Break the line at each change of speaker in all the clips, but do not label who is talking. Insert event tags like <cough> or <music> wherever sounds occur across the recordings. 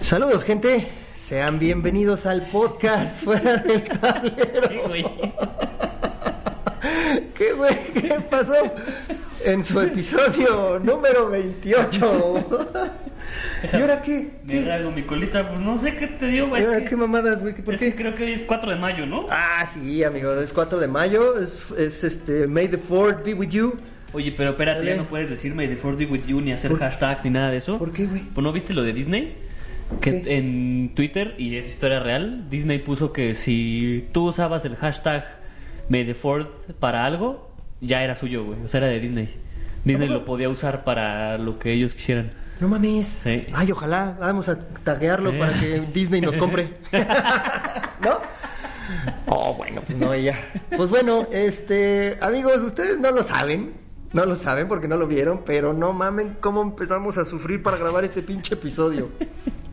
Saludos, gente. Sean bienvenidos al podcast <laughs> fuera del tablero.
Sí, güey.
¿Qué, güey? ¿Qué pasó? En su episodio número 28. ¿Y ahora qué?
Me rasgo mi colita, pues no sé qué te dio,
¿Y
güey.
ahora
es que-
qué mamadas, güey? ¿Por
es que
qué?
creo que hoy es 4 de mayo, ¿no?
Ah, sí, amigo. Es 4 de mayo. Es, es, este. May the 4th be with you.
Oye, pero espérate,
Dale.
ya no puedes decirme de 4 with you ni hacer
¿Por-
hashtags ni nada de eso.
¿Por qué, güey?
Pues no viste lo de Disney? Que
¿Qué?
en Twitter, y es historia real, Disney puso que si tú usabas el hashtag May the Fourth para algo, ya era suyo, güey. O sea, era de Disney. Disney lo podía usar para lo que ellos quisieran.
No mames.
Sí.
Ay, ojalá. Vamos a taguearlo
Eh.
para que Disney nos compre. ¿No? Oh, bueno, pues no, ya. Pues bueno, este, amigos, ustedes no lo saben. No lo saben porque no lo vieron, pero no mamen cómo empezamos a sufrir para grabar este pinche episodio.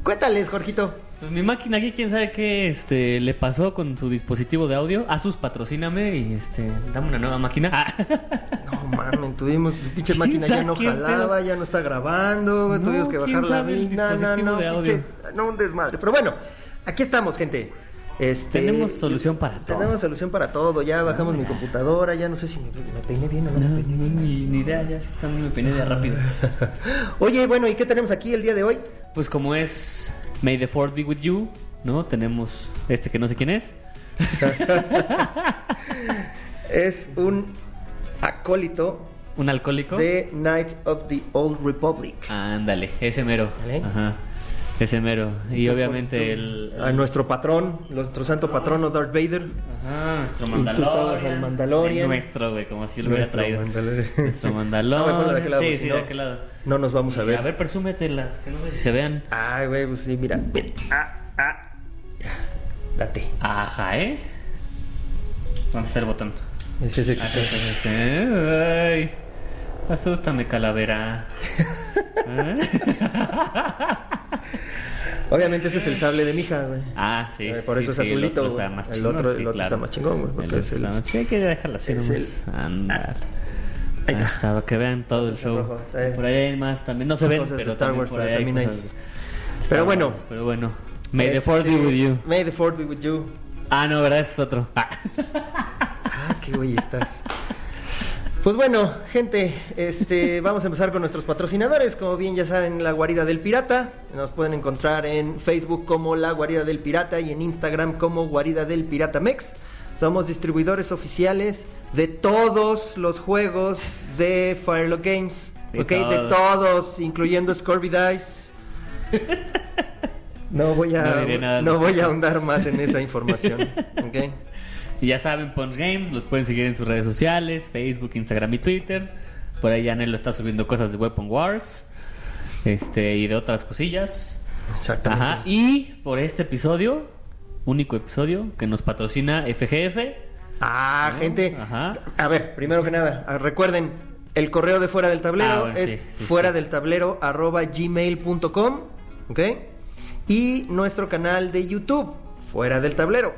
Cuéntales, Jorgito.
Pues mi máquina aquí, quién sabe qué este, le pasó con su dispositivo de audio. Asus, patrocíname y este, dame una nueva máquina. <laughs> Ah.
No mamen, tuvimos tu pinche
¿Quién
máquina ya
sabe
no
qué
jalaba,
pedo?
ya no está grabando,
No,
tuvimos que
¿quién
bajar la
sabe el
mina, no,
dispositivo
no,
de audio?
pinche- no, un desmadre. Pero bueno, aquí estamos, gente. Este,
Tenemos solución para todo.
Tenemos solución para todo, ya bajamos mi computadora, ya no sé si me, me peiné bien o no,
No,
me peiné <laughs>
no,
bien.
ni, ni idea, ya sí, también me peiné de rápido.
Oye, bueno, ¿y qué tenemos aquí el día de hoy?
Pues como es May the Fourth be with you, ¿no? Tenemos este que no sé quién es.
Es un acólito
Un alcohólico.
de Knights of the Old Republic.
Ah, Ándale, ese mero.
¿Vale?
Ajá. Ese mero. Y obviamente el. Ah.
A nuestro patrón, nuestro santo patrono Darth Vader.
Ajá, nuestro
Y tú
Mandalorian.
estabas al Mandalorian.
El nuestro, güey, como si lo hubiera
Nuestro
traído.
Mandalorian. <laughs>
Nuestro
No me
Mandalorian.
acuerdo de qué lado,
sí,
si
sí,
no-
de aquel lado.
No nos vamos a
Y
ver.
A ver, presúmetelas, que no sé si se vean.
Ay, güey, pues sí, mira. Ven. Ah, ah. Date.
Ajá, ¿eh? ¿Dónde está el botón?
Es ese que-
Ah, este, este, este. Ay, asústame, calavera.
Obviamente ese es el sable de mi hija, güey.
Ah, sí.
Eh,
sí,
por eso
sí,
es
sí, el
azulito,
otro
güey.
está más
El
chingón,
otro-
sí,
el otro
claro.
está más chingón, güey, porque
El otro
es el-
está más- Sí, hay que dejarla así
es
nomás. Ándale.
Ahí
Ahí
está.
está, para que vean todo el
Está
show.
rojo, está bien.
Por ahí hay más también. No se ven,
Cosas de
pero
Star
también
Wars,
por
pero
ahí hay
también hay.
cosas de
Pero
Star
bueno.
Wars, Pero bueno. May the
Este,
fourth be with you.
May the fourth be with you.
Ah, no, ¿verdad? Ese Es otro. Ah. <laughs>
Ah, qué güey estás. Pues bueno, gente, este, vamos a empezar con nuestros patrocinadores. Como bien ya saben, La Guarida del Pirata. Nos pueden encontrar en Facebook como La Guarida del Pirata y en Instagram como Guarida del Pirata Mex. Somos distribuidores oficiales de todos los juegos de Firelock Games.
De
ok, de
todos.
todos, incluyendo Scorby Dice. No voy a,
No diré nada.
no voy a ahondar más en esa información. ok.
Y ya saben, Pons Games, los pueden seguir en sus redes sociales, Facebook, Instagram y Twitter. Por ahí Anelo está subiendo cosas de Weapon Wars este, y de otras cosillas.
Exactamente.
Ajá, y por este episodio, único episodio, que nos patrocina FGF.
Ah,
¿No?
gente.
Ajá.
A ver, primero que nada, ah, recuerden, el correo de fuera del tablero
Ah, bueno,
es
sí, sí,
fuera
sí.
del tablero arroba gmail.com, ¿ok? Y nuestro canal de YouTube, fuera del tablero,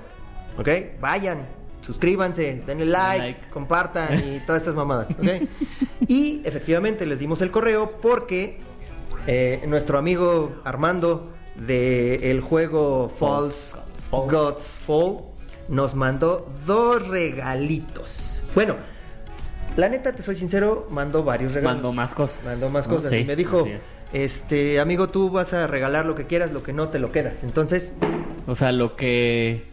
¿ok? Vayan, suscríbanse, denle like,
like.
compartan
<laughs>
y todas estas mamadas, ¿ok? y efectivamente les dimos el correo porque eh, nuestro amigo Armando del el juego False,
False Gods.
Gods God's Fall nos mandó dos regalitos. Bueno, la neta, te soy sincero, mandó varios regalos.
Mando más cosas.
Mandó más
No,
cosas.
Ah, sí,
y me dijo,
así es.
este, amigo, tú vas a regalar lo que quieras, lo que no te lo quedas. Entonces,
O sea, lo que.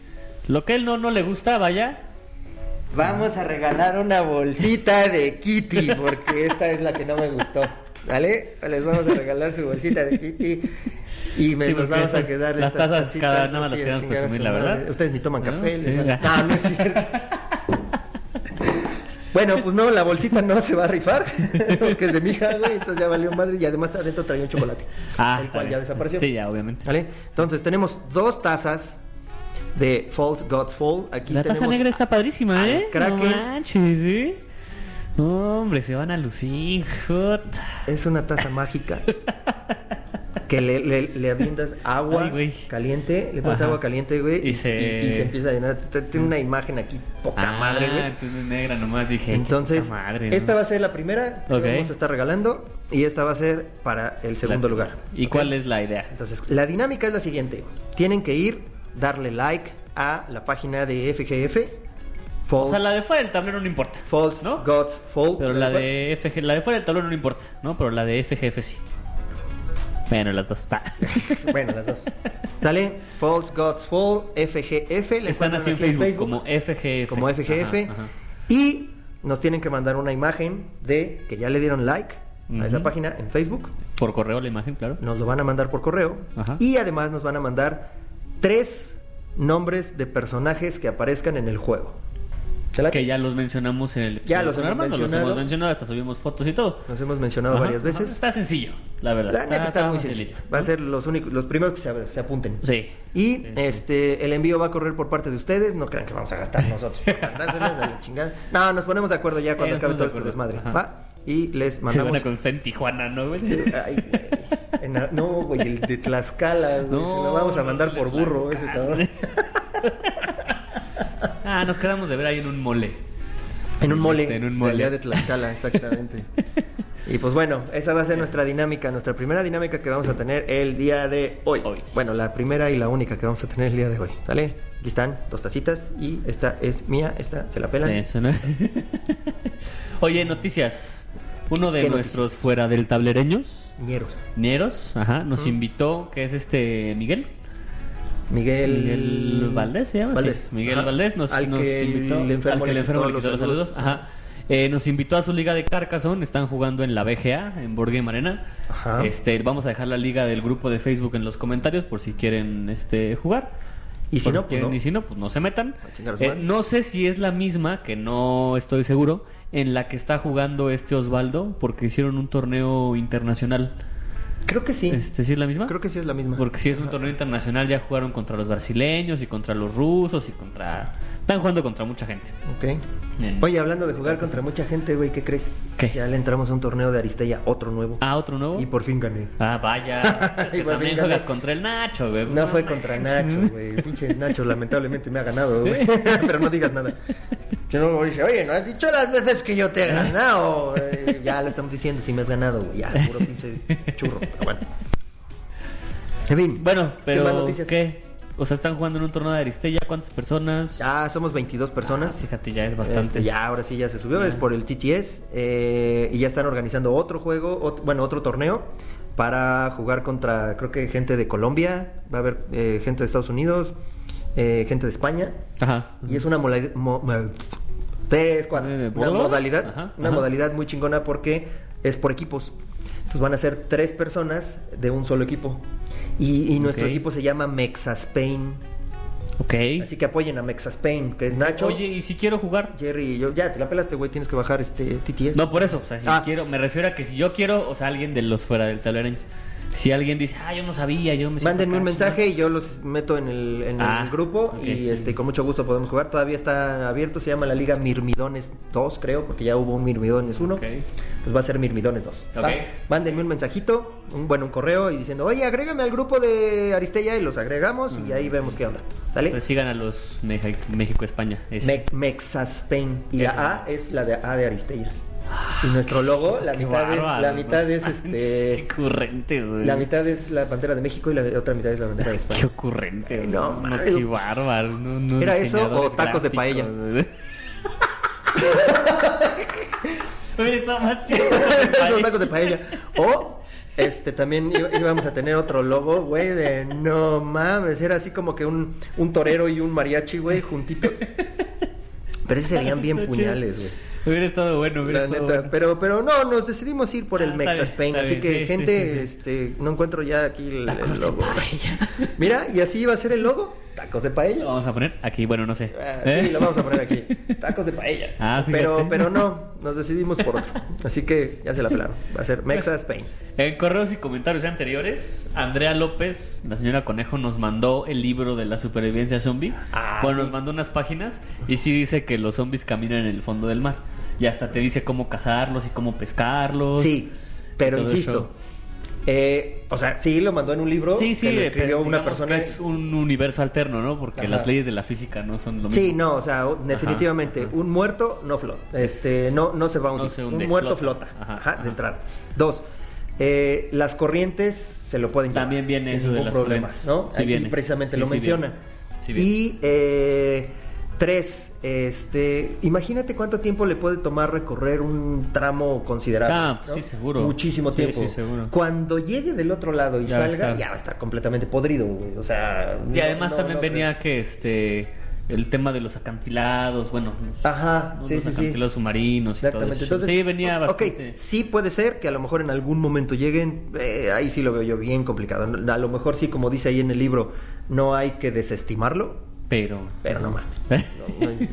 Lo que él no, no le gusta, vaya.
vamos a regalar una bolsita de Kitty, porque esta es la que no me gustó. ¿Vale? Les vamos a regalar su bolsita de Kitty. Y me
Sí,
nos
porque
vamos a
esas-
quedar
las
estas
tazas
tacitas
cada- nada
así
más las
a
queremos
chingar a su
presumir, la
madre.
verdad.
Ustedes ni toman
No,
café.
sí,
les vale.
ya.
<laughs> no, no es cierto. Bueno, pues no, la bolsita no se va a rifar, <laughs> porque es de mi hija, güey, entonces ya valió madre y además adentro traía un chocolate,
<laughs> Ah,
el
está
cual ya
bien.
desapareció.
Sí, ya, obviamente.
¿Vale? Entonces tenemos dos tazas de False Gods Fall. Aquí
La
tenemos...
taza negra está padrísima,
al
¿eh? No
Kraken.
manches, ¿eh? No, hombre, se van a lucir. jota. <laughs>
Es una taza mágica que le, le, le avientas agua
Ay, güey.
caliente, le pones
Ajá.
agua caliente, güey,
Y
y,
se-
y- y se empieza a llenar. T- Tiene una imagen aquí poca
Ah,
madre, güey.
entonces negra nomás dije. qué
Entonces,
poca madre, ¿no?
esta va a ser la primera que
Ok.
vamos a estar regalando y esta va a ser para el segundo
La-
lugar.
¿Y
¿ok?
cuál es la idea?
Entonces, la dinámica es la siguiente. Tienen que ir, darle like a la página de FGF. False,
O sea, la de fuera del tablero no importa.
false
¿no?
Gods, False.
Pero la de FG, la de fuera del tablero no importa, ¿no? Pero la de FGF sí. Bueno, las dos. Ah. Va.
<laughs> Bueno, las dos.
<laughs>
Sale False Gods Fall, FGF. la
Están
encuentran
así en Facebook, como FGF.
como FGF.
Ajá, ajá.
Y nos tienen que mandar una imagen de que ya le dieron like a esa
Ujú.
página en Facebook.
Por correo la imagen, claro.
Nos lo van a mandar por correo.
Ajá.
Y además nos van a mandar tres nombres de personajes que aparezcan en el juego. ¿Te late?
Que ya los mencionamos en el
Ya
episodio
los
con
hemos
Armando, los
mencionado.
hemos mencionado, hasta subimos fotos y todo.
Nos hemos mencionado
Ajá,
varias
ajá.
veces.
Está sencillo, la verdad.
La neta está, muy sencillo.
facilito,
Va a
¿no?
ser los únicos, los primeros que se, se apunten.
Sí.
Y
Sí, sí.
este el envío va a correr por parte de ustedes. No crean que vamos a gastar nosotros por mandárselas a la chingada. No, nos ponemos de acuerdo ya cuando
Eh, nos
acabe todo
ponemos
este
de acuerdo.
desmadre.
Ajá.
¿va? Y les
Se van
mandamos.
a confiar en Tijuana, ¿no? güey?
Ay, güey. En la- No, güey, el de Tlaxcala, güey.
No,
se lo vamos a
no,
mandar
el de
por burro ese
Tlaxcala.
cabrón. <laughs>
<laughs> Ah, nos quedamos de ver ahí en un mole.
En un mole.
Este, en un
del
mole.
día de Tlaxcala, exactamente. y pues bueno, esa va a ser nuestra dinámica, nuestra primera dinámica que vamos a tener el día de hoy.
Hoy.
Bueno, la primera y la única que vamos a tener el día de hoy. ¿Sale? Aquí están dos tacitas y esta es mía, esta se la pelan.
<laughs> Eso, ¿no? <laughs> Oye, noticias. Uno de
¿Qué
nuestros
noticias?
fuera del tablereños,
Ñeros.
Nieros, ajá, nos
Mm.
invitó, que es este Miguel.
Miguel...
Miguel Valdés se llama.
Valdés.
Sí, Miguel
Ajá.
Valdés nos,
Al
nos
que
invitó.
El enfermo
al que el enfermo le quitó los saludos. Ajá. Eh, nos invitó a su liga de Carcassonne. Están jugando en la BGA, en Board Game Arena.
Ajá.
Este, vamos a dejar la liga del grupo de Facebook en los comentarios por si quieren este, jugar.
Y si
Por
no, pues
quieren,
no.
y si no, pues no se metan.
A chingar a su
Eh,
madre.
no sé si es la misma, que no estoy seguro, en la que está jugando este Osvaldo, porque hicieron un torneo internacional.
Creo que sí.
Este, ¿Sí es la misma?
Creo que sí es la misma.
Porque si es un torneo internacional, ya jugaron contra los brasileños y contra los rusos y contra... Están jugando contra mucha gente.
Ok.
Bien.
Oye, hablando de jugar contra mucha gente, güey, ¿qué crees?
¿Qué?
Ya le entramos a un torneo de Aristella, otro nuevo.
Ah, otro nuevo.
Y por fin gané.
Ah, vaya. Es
<laughs>
que
Y por
también
fin
juegas
gané.
contra el Nacho, güey.
No fue contra
manches. <laughs>
<laughs> Nacho, güey. Pinche Nacho, lamentablemente me ha ganado, <laughs> güey. Pero no digas nada. Yo no lo dice, oye, no has dicho las veces que yo te he ganado. Eh, ya le estamos diciendo, si me has ganado, güey. Ya, puro pinche churro. Pero bueno. En fin.
Bueno,
¿Qué más
pero ¿qué,
noticias?
O sea, están jugando en un torneo de Aristella. ¿Cuántas personas?
Ya somos 22 personas.
Ah, fíjate, ya es bastante.
Este, ya, ahora sí ya se subió, es
Ya.
por el TTS. eh, y ya están organizando otro juego, ot- bueno, otro torneo para jugar contra, creo que gente de Colombia, va a haber eh, gente de Estados Unidos, eh, gente de España.
Ajá.
Y es una mola- mo- mo- tres, cuatro,
Eh,
una
¿modo?
modalidad,
Ajá,
una
ajá.
modalidad muy chingona porque es por equipos. Entonces van a ser tres personas de un solo equipo. Y, y nuestro
Ok.
equipo se llama Mexaspain.
Ok.
Así que apoyen a Mexaspain, que es Nacho.
Oye, ¿y si quiero jugar?
Jerry y yo, ya, te la pelaste, güey, tienes que bajar este TTS.
No, por eso, o sea, si
Ah.
quiero, me refiero a que si yo quiero, o sea, alguien de los fuera del tablero, si alguien dice, ah, yo no sabía, yo me siento
Mándenme un
acá,
mensaje y yo los meto en el, en
Ah,
el grupo
ok.
y este con mucho gusto podemos jugar. Todavía está abierto, se llama la Liga Mirmidones 2, creo, porque ya hubo un Mirmidones 1.
Ok.
Entonces va a ser Mirmidones 2. ¿va?
Ok.
Mándenme un mensajito, un bueno, un correo y diciendo, oye, agrégame al grupo de Aristella y los agregamos y ahí vemos qué onda. ¿Sale?
Mm. Pues sigan a los Meja- México-España. ese.
Me- Mexaspain. Y la
Esa.
A es la de A de Aristella. Y nuestro logo, la
Ah, Qué
mitad es,
bárbaro,
la
¿no?
mitad
<laughs>
es
Qué
este.
ocurrente, güey.
La mitad es la bandera de México y la otra mitad es la bandera de
Qué
España.
ocurrente,
Ay,
güey.
no,
no,
mames.
qué bárbaro. no, no,
¿Era eso
diseñadores
o tacos de
gráficos,
paella? <laughs>
güey. Oye,
<laughs>
está más chido.
Esos tacos de paella. O este también i- íbamos a tener otro logo, güey, de no mames. Era así como que un, un torero y un mariachi, güey, juntitos. Pero esos serían bien
Está chido.
puñales, güey.
Hubiera estado bueno, hubiera
La
estado
neta,
bueno.
pero, pero no, nos decidimos ir por
Ah,
el
está bien,
Mexas Pain.
está
Así
bien,
que,
sí, sí,
gente,
sí, sí.
este, no encuentro ya aquí el, el
Tacos de
logo.
paella.
Mira, y así va a ser el logo: tacos de paella.
Lo vamos a poner aquí, bueno, no sé.
Ah,
¿Eh?
Sí, lo vamos a poner aquí:
<laughs>
tacos de paella.
Ah, fíjate.
pero, pero no, nos decidimos por otro. Así que ya se la pelaron. Va a ser Mexas Pain.
En correos y comentarios anteriores, Andrea López, la señora Conejo, nos mandó el libro de la supervivencia zombie.
Ah,
bueno,
sí.
nos mandó unas páginas y sí dice que los zombies caminan en el fondo del mar. Y hasta te dice cómo cazarlos y cómo pescarlos.
Sí, pero
pues, Todo
insisto,
eso.
Eh, o sea, sí, lo mandó en un libro
Sí, sí,
que lo
eh,
escribió
pero
una
digamos
persona.
que es un universo alterno, ¿no? Porque
Ajá.
las leyes de la física no son lo mismo.
Sí, no, o sea, o- definitivamente,
ajá.
un muerto no flota. Este, no, no se va a hundir.
No se hunde,
un muerto
flota.
flota.
Ajá,
Ajá,
ajá.
de entrada. Dos, eh, las corrientes se lo pueden llevar
También viene
sin
eso de
ningún
las
problema,
corrientes.
¿no?
Sí
Aquí
viene.
precisamente
Sí,
lo
sí
menciona.
viene. Sí viene.
y eh, tres, este, imagínate cuánto tiempo le puede tomar recorrer un tramo considerable.
Ah,
¿no?
sí, seguro.
Muchísimo
Sí,
tiempo.
sí, seguro.
Cuando llegue del otro lado y
Ya va a
salga,
estar.
ya va a estar completamente podrido, güey. O sea.
Y
no-
además
no-
también
no creo.
venía que este el tema de los acantilados, bueno, los,
Ajá,
unos
Ah, sí, sí, sí.
acantilados submarinos y todo
Exactamente.
eso. sí, venía
o-
bastante.
Ok, sí puede ser que a lo mejor en algún momento lleguen. eh, ahí sí lo veo yo bien complicado. A lo mejor sí, como dice ahí en el libro, no hay que desestimarlo,
Pero
pero no mames.
<laughs>
No, no-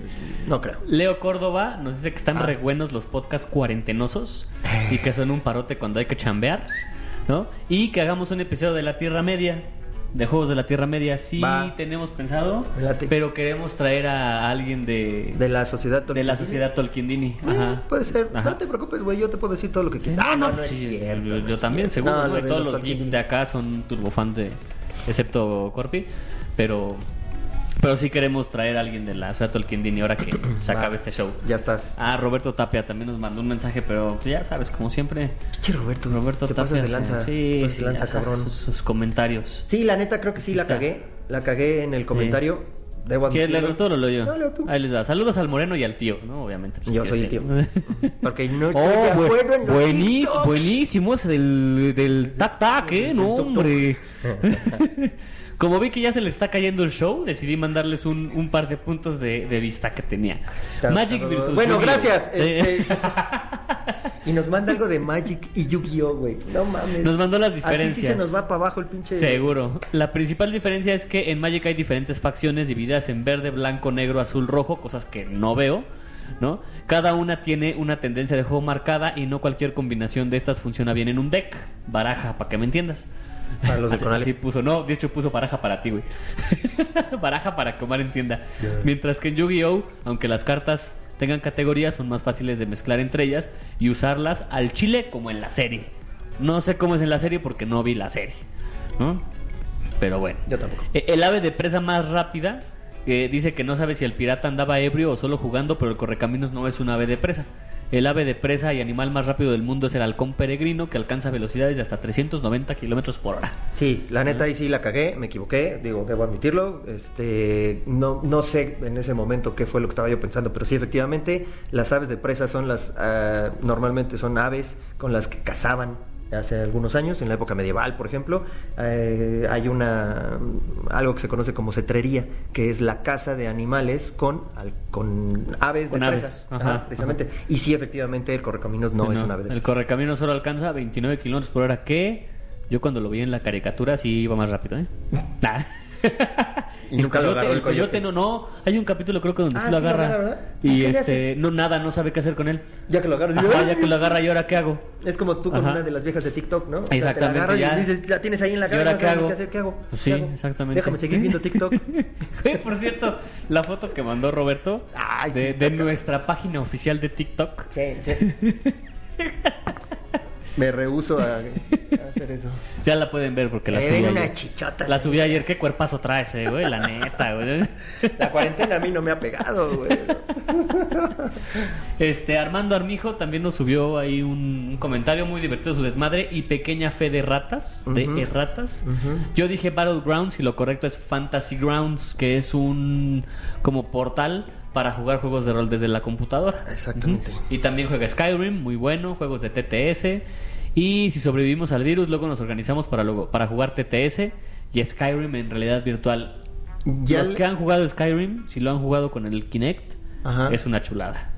no creo.
Leo Córdoba nos dice que están
Ah.
re buenos los podcasts cuarentenosos y que son un parote cuando hay que chambear, ¿no? Y que hagamos un episodio de la Tierra Media, de Juegos de la Tierra Media. Sí
Va.
tenemos pensado,
Me late.
pero queremos traer a alguien de,
De la sociedad.
de la sociedad Tolkiendini.
Eh,
Ajá.
puede ser.
Ajá.
No te preocupes, güey. Yo te puedo decir todo lo que
Sí,
quieras. Ah, no, no es
sí,
cierto,
yo,
no
yo
es
también,
cierto.
seguro,
No,
¿no?
lo
Y
de
todos los
Tolkien-
geeks de acá son turbofans de, excepto Corpi, pero, pero sí queremos traer a alguien de la ciudad Tolkiendini ahora que se acabe
Va.
este show.
Ya estás.
Ah, Roberto Tapia también nos mandó un mensaje, pero pues, ya sabes, como siempre, pues
Pinche Roberto.
Roberto
te
Tapia
pasas de
se-
lanza.
sí,
te pasas de
sí,
lanza,
ya sabes,
cabrón.
Sus, sus comentarios.
Sí, la neta creo que sí
Aquí
la
está.
cagué. La cagué en el comentario. Debo
¿Quieres leerlo
admitirlo.
todo o lo leo yo?
No, leo tú.
Ahí les va. Saludos al Moreno y al tío, ¿no? Obviamente. pues,
Yo
¿qué
soy el
es
tío.
<laughs> él?
Porque no
Oh,
estoy de
buen-
acuerdo en los
buenís-
TikToks.
buenísimo ese del, del tac tac, ¿eh? No,
tuk-tuk.
hombre.
<laughs>
Como vi que ya se le está cayendo el show, decidí mandarles un, un par de puntos de, de vista que tenía.
Tan-
Magic versus
Bueno,
Yu-Gi-Oh.
gracias,
<laughs> Eh,
este- Y nos manda algo de Magic y Yu-Gi-Oh, güey. No mames.
Nos mandó las
Así sí se
diferencias.
nos va para abajo el pinche.
Seguro. La principal diferencia es que en Magic hay diferentes facciones divididas en verde, blanco, negro, azul, rojo, cosas que no veo, ¿no? Cada una tiene una tendencia de juego marcada y no cualquier combinación de estas funciona bien en un deck, baraja, para que me entiendas.
Para los de
así,
Conalep.
así puso, no, de hecho puso baraja para ti, güey. <laughs> baraja para que Omar entienda. Mientras que en Yu-Gi-Oh, aunque las cartas tengan categorías, son más fáciles de mezclar entre ellas y usarlas al chile como en la serie. No sé cómo es en la serie porque no vi la serie, ¿no? Pero bueno.
Yo tampoco.
Eh, El ave de presa más rápida eh, dice que no sabe si el pirata andaba ebrio o solo jugando, pero el correcaminos no es un ave de presa. El ave de presa y animal más rápido del mundo es el halcón peregrino que alcanza velocidades de hasta 390 kilómetros por hora.
Sí, la neta ahí sí la cagué, me equivoqué, digo, debo admitirlo. Este, no, no sé en ese momento qué fue lo que estaba yo pensando, pero sí, efectivamente, las aves de presa son las, ah, normalmente son aves con las que cazaban hace algunos años, en la época medieval, por ejemplo. Eh, hay una, algo que se conoce como cetrería, que es la caza de animales con, al- con aves
Con
de
aves,
presa.
ajá,
precisamente. Y sí, efectivamente, el correcaminos no, es
No,
un ave de
El
presa.
correcaminos solo alcanza 29 kilómetros por hora que yo cuando lo vi en la caricatura sí iba más
<laughs>
rápido, ¿eh? Nah.
Y nunca lo agarró el coyote.
no, no. Hay un capítulo creo que donde
Ah,
sí lo
sí lo
agarra.
agarra, ¿verdad? ¿Y
y
qué le
este,
hace?
no nada, no sabe qué hacer con él.
Ya que lo agarras,
Ajá,
¡ay!
ya que lo agarra y ahora qué hago.
Es como tú con
Ajá.
una de las viejas de TikTok, ¿no? O
Exactamente,
Sea, te la
ya.
agarras y dices, la tienes ahí en la
¿Y
cara,
ahora
no
qué
sabes
hago?
qué hacer, ¿qué hago?
Pues
¿Qué
sí,
hago?
exactamente.
Déjame seguir viendo
<laughs>
TikTok.
Güey, Por cierto, la foto que mandó Roberto
Ay, sí,
de,
está
de nuestra página oficial de TikTok.
sí, sí. Me rehuso a, a hacer eso.
Ya la pueden ver porque la
Me
subí
ven
ayer.
unas chichotas.
La subí ayer, qué cuerpazo trae ese, güey, la
<laughs>
neta, güey.
La cuarentena a mí no me ha pegado, güey.
Este, Armando Armijo también nos subió ahí un, un comentario muy divertido su desmadre y pequeña fe de ratas,
Ujú.
de erratas.
Ujú.
Yo dije Battlegrounds y lo correcto es Fantasy Grounds, que es un como portal para jugar juegos de rol desde la computadora.
Exactamente.
Ujú. Y también juega Skyrim, muy bueno, juegos de TTS. Y si sobrevivimos al virus, luego nos organizamos para, luego, para jugar TTS y Skyrim en realidad virtual.
Ya,
Los
le-
que han jugado Skyrim, si lo han jugado con el Kinect,
Ajá.
es una chulada.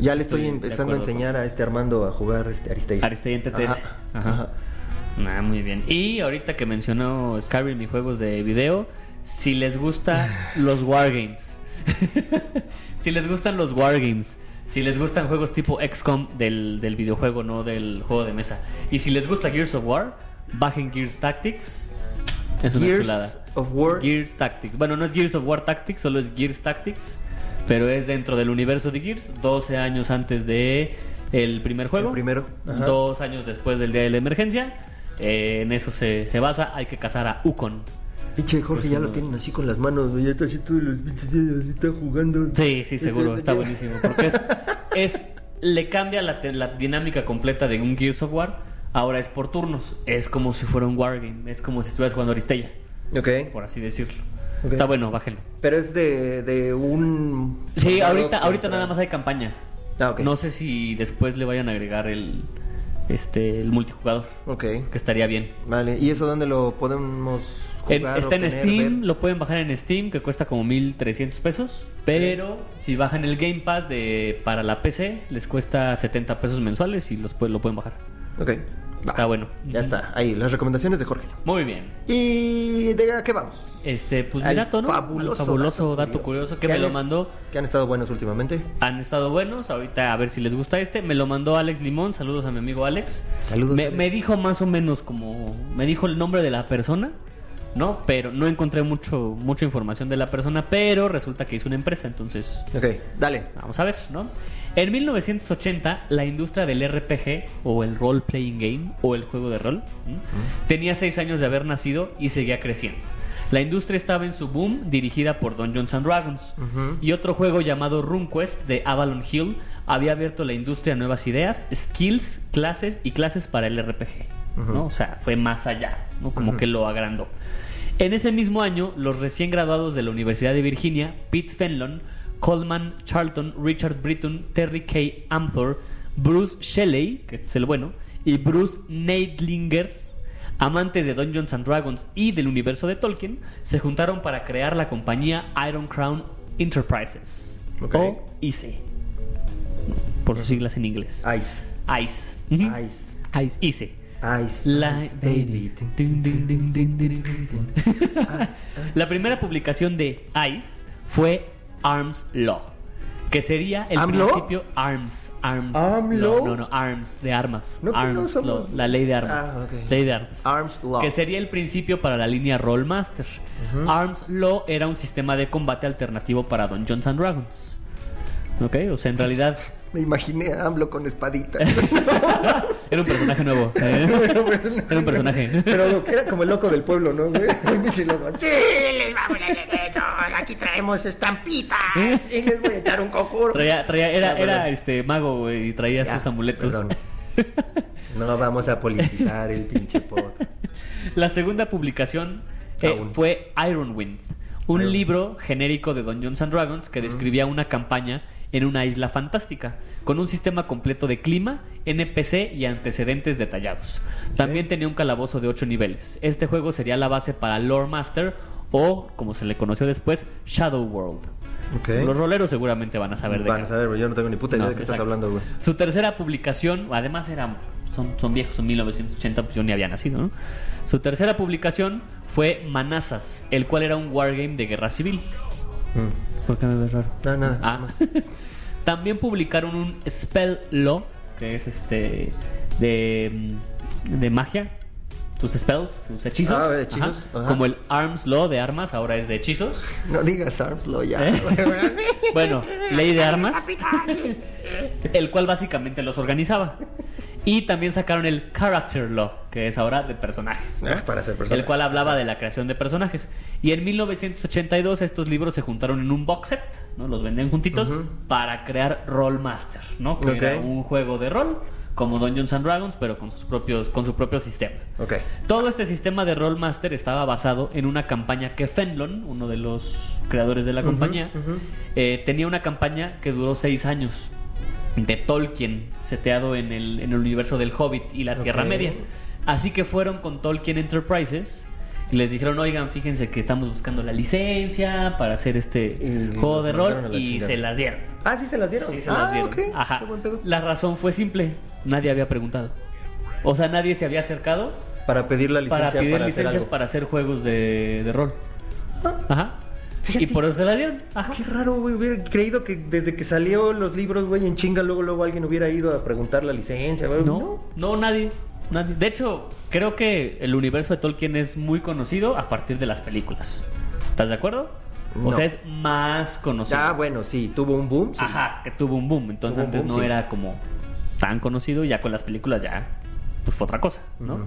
ya le estoy
Estoy de
empezando a
acuerdo
enseñar a este Armando a jugar este Aristei.
Aristei en TTS.
Ajá.
Ajá.
Ajá.
Ah, muy bien. Y ahorita que mencionó Skyrim y juegos de video, si les gusta
<sighs>
los wargames, <laughs> si les gustan los wargames, si les gustan juegos tipo XCOM del, del videojuego, no del juego de mesa, y si les gusta Gears of War, bajen Gears Tactics. Es una
Gears
chulada.
of War.
Gears Tactics. Bueno, no es Gears of War Tactics, solo es Gears Tactics. Pero es dentro del universo de Gears, 12 años antes de el primer juego.
El primero, ajá.
Dos años después del día de la emergencia. Eh, en eso se, se basa. Hay que cazar a Ukon.
Pinche Jorge
Eso
ya lo
Pues no.
tienen así con las manos, güey. Ya está así todos los pinches dedos, así está jugando. Este,
Sí,
<laughs>
sí, seguro. Está buenísimo. Porque es. es le cambia la, te- la dinámica completa de un Gears of War. Ahora es por turnos. Es como si fuera un Wargame. Es como si estuvieras jugando Aristella,
Ok.
por así decirlo.
Ok.
Está bueno, bájelo.
Pero es de, de un.
Sí,
soldado
ahorita, ahorita
contra-
nada más hay campaña.
Ah, ok.
No sé si después le vayan a agregar el, este, el multijugador,
Ok.
que estaría bien.
Vale. ¿Y eso dónde lo podemos
En-
jugar?
está en
obtener,
Steam,
ver?
lo pueden bajar en Steam, que cuesta como 1300 pesos. Pero si bajan el Game Pass de, para la PC, les cuesta 70 pesos mensuales y los, pue- lo pueden bajar.
Ok. Va.
Está bueno.
Ya está. Ahí, las recomendaciones de Jorge.
Muy bien.
¿Y de a qué vamos?
Este, pues
Al
mira, Tono, al fabuloso, dato, curioso que me
han
lo
est-
mandó.
Que han estado buenos últimamente.
Han estado buenos, ahorita a ver si les gusta este. Me lo mandó Alex Limón, saludos a mi amigo Alex.
Saludos,
Me,
Alex.
me dijo más o menos como, me dijo el nombre de la persona, ¿no? Pero no encontré mucho, mucha información de la persona, pero resulta que hizo una empresa, entonces
Ok, dale.
vamos a ver, ¿no? En 1980, la industria del RPG, o el Role Playing Game, o el juego de rol, ¿m? tenía 6 años de haber nacido y seguía creciendo. La industria estaba en su boom, dirigida por Dungeons and Dragons.
Ujú.
Y otro juego llamado RuneQuest de Avalon Hill había abierto la industria a nuevas ideas, skills, clases y clases para el RPG.
Ujú.
¿no? O sea, fue más allá, ¿no? como
Ujú.
que lo agrandó. En ese mismo año, los recién graduados de la Universidad de Virginia, Pete Fenlon, Coleman Charlton, Richard Britton, Terry K. Amthor, Bruce Shelley, que este es el bueno, y Bruce Neidlinger, amantes de Dungeons and Dragons y del universo de Tolkien, se juntaron para crear la compañía Iron Crown Enterprises,
Ok.
o ICE, por sus siglas en inglés.
Ice.
ICE. Ujú. E.
Ice.
ICE. ICE.
Ice.
La,
Ice, baby.
Dun, dun, dun, dun, dun, dun, dun. La primera publicación de ICE fue Arms Law, que sería el
¿AMLO?
principio Arms, Arms,
¿AMLO?
Law, no, no, Arms de armas,
No, que no
Arms
somos-
Law, la ley de armas,
Ah, ok.
ley de armas.
Arms Law.
<laughs> Que sería el principio para la línea Rollmaster.
Ujú.
Arms Law era un sistema de combate alternativo para Dungeons and Dragons. Ok, o sea,
<laughs>
en realidad <laughs>
Me imaginé a AMLO con espadita.
era un personaje nuevo. ¿eh? Era un personaje.
Pero lo que era como el loco del pueblo, ¿no, güey? <laughs> Un pinche loco. Sí, les vamos a hacer eso. Aquí traemos estampitas. Sí, les voy a echar un conjuro.
Eh. Traía- traía- era
Ah, perdón.
era este mago güey, y traía
Ya,
sus amuletos.
perdón. No vamos a politizar el pinche podcast.
<laughs> La segunda publicación eh,
Aún.
fue Ironwind, un
Ironwind.
libro genérico de Dungeons and Dragons que describía una campaña en una isla fantástica, con un sistema completo de clima, NPC y antecedentes detallados. También tenía un calabozo de 8 niveles. Este juego sería la base para Lore Master o, como se le conoció después, Shadow World.
Ok.
Los roleros seguramente van a saber de
Van
qué
a saber, güey. Yo no tengo ni puta idea
no,
de qué estás
exacto.
hablando, güey.
Su tercera publicación, además eran, son, son viejos, son 1980, pues yo ni había nacido, ¿no? Su tercera publicación fue Manazas, el cual era un wargame de guerra civil.
Mm.
¿Por qué me ves raro?
No, nada.
Ah. <laughs> También publicaron un Spell Law, que es este de, mm, de magia. Tus spells, tus hechizos.
Ah, de hechizos, ajá.
Como el Arms Law de armas, ahora es de hechizos.
No digas Arms Law ya.
¿Eh?
güey.
bueno, ley de armas, el cual básicamente los organizaba. Y también sacaron el Character Law, que es ahora de personajes. ¿no?
Ah, para ser personajes.
El cual hablaba de la creación de personajes. Y en 1982 estos libros se juntaron en un box set, ¿no? Los vendían juntitos
Ujú.
para crear Roll Master, ¿no? Que era
Ok.
un juego de rol como Dungeons and Dragons, pero con sus propios con su propio sistema.
Ok.
Todo este sistema de Rollmaster estaba basado en una campaña que Fenlon, uno de los creadores de la
Ujú,
compañía,
ujú.
eh, tenía una campaña que duró seis años de Tolkien, seteado en el, en el universo del Hobbit y la Tierra
Ok.
Media. Así que fueron con Tolkien Enterprises y les dijeron, oigan, fíjense que estamos buscando la licencia para hacer este
Y
juego de
los
rol
mandaron a la
y
chingada.
se las dieron.
Ah, sí se las dieron.
Sí, se
ah,
las dieron.
ok.
Ajá.
Qué buen pedo.
La razón fue simple. Nadie había preguntado. O sea, nadie se había acercado
Para pedir la licencia.
para pedir
hacer
licencias
algo.
para hacer juegos de, de rol.
Ah.
Ajá.
Fíjate.
Y por eso se la dieron. Ajá.
Qué raro, güey. Hubiera creído que desde que salió los libros, güey, en chinga, luego, luego alguien hubiera ido a preguntar la licencia, güey.
No, no, nadie. Nadie. De hecho, creo que el universo de Tolkien es muy conocido a partir de las películas. ¿Estás de acuerdo? O
No.
sea, es más conocido.
Ya, ah, bueno, sí, tuvo un boom. sí.
Ajá, que tuvo un boom. Entonces
Tuvo un
antes
boom,
no
sí.
era como tan conocido, ya con las películas ya pues fue otra cosa, ¿no?
Ujú.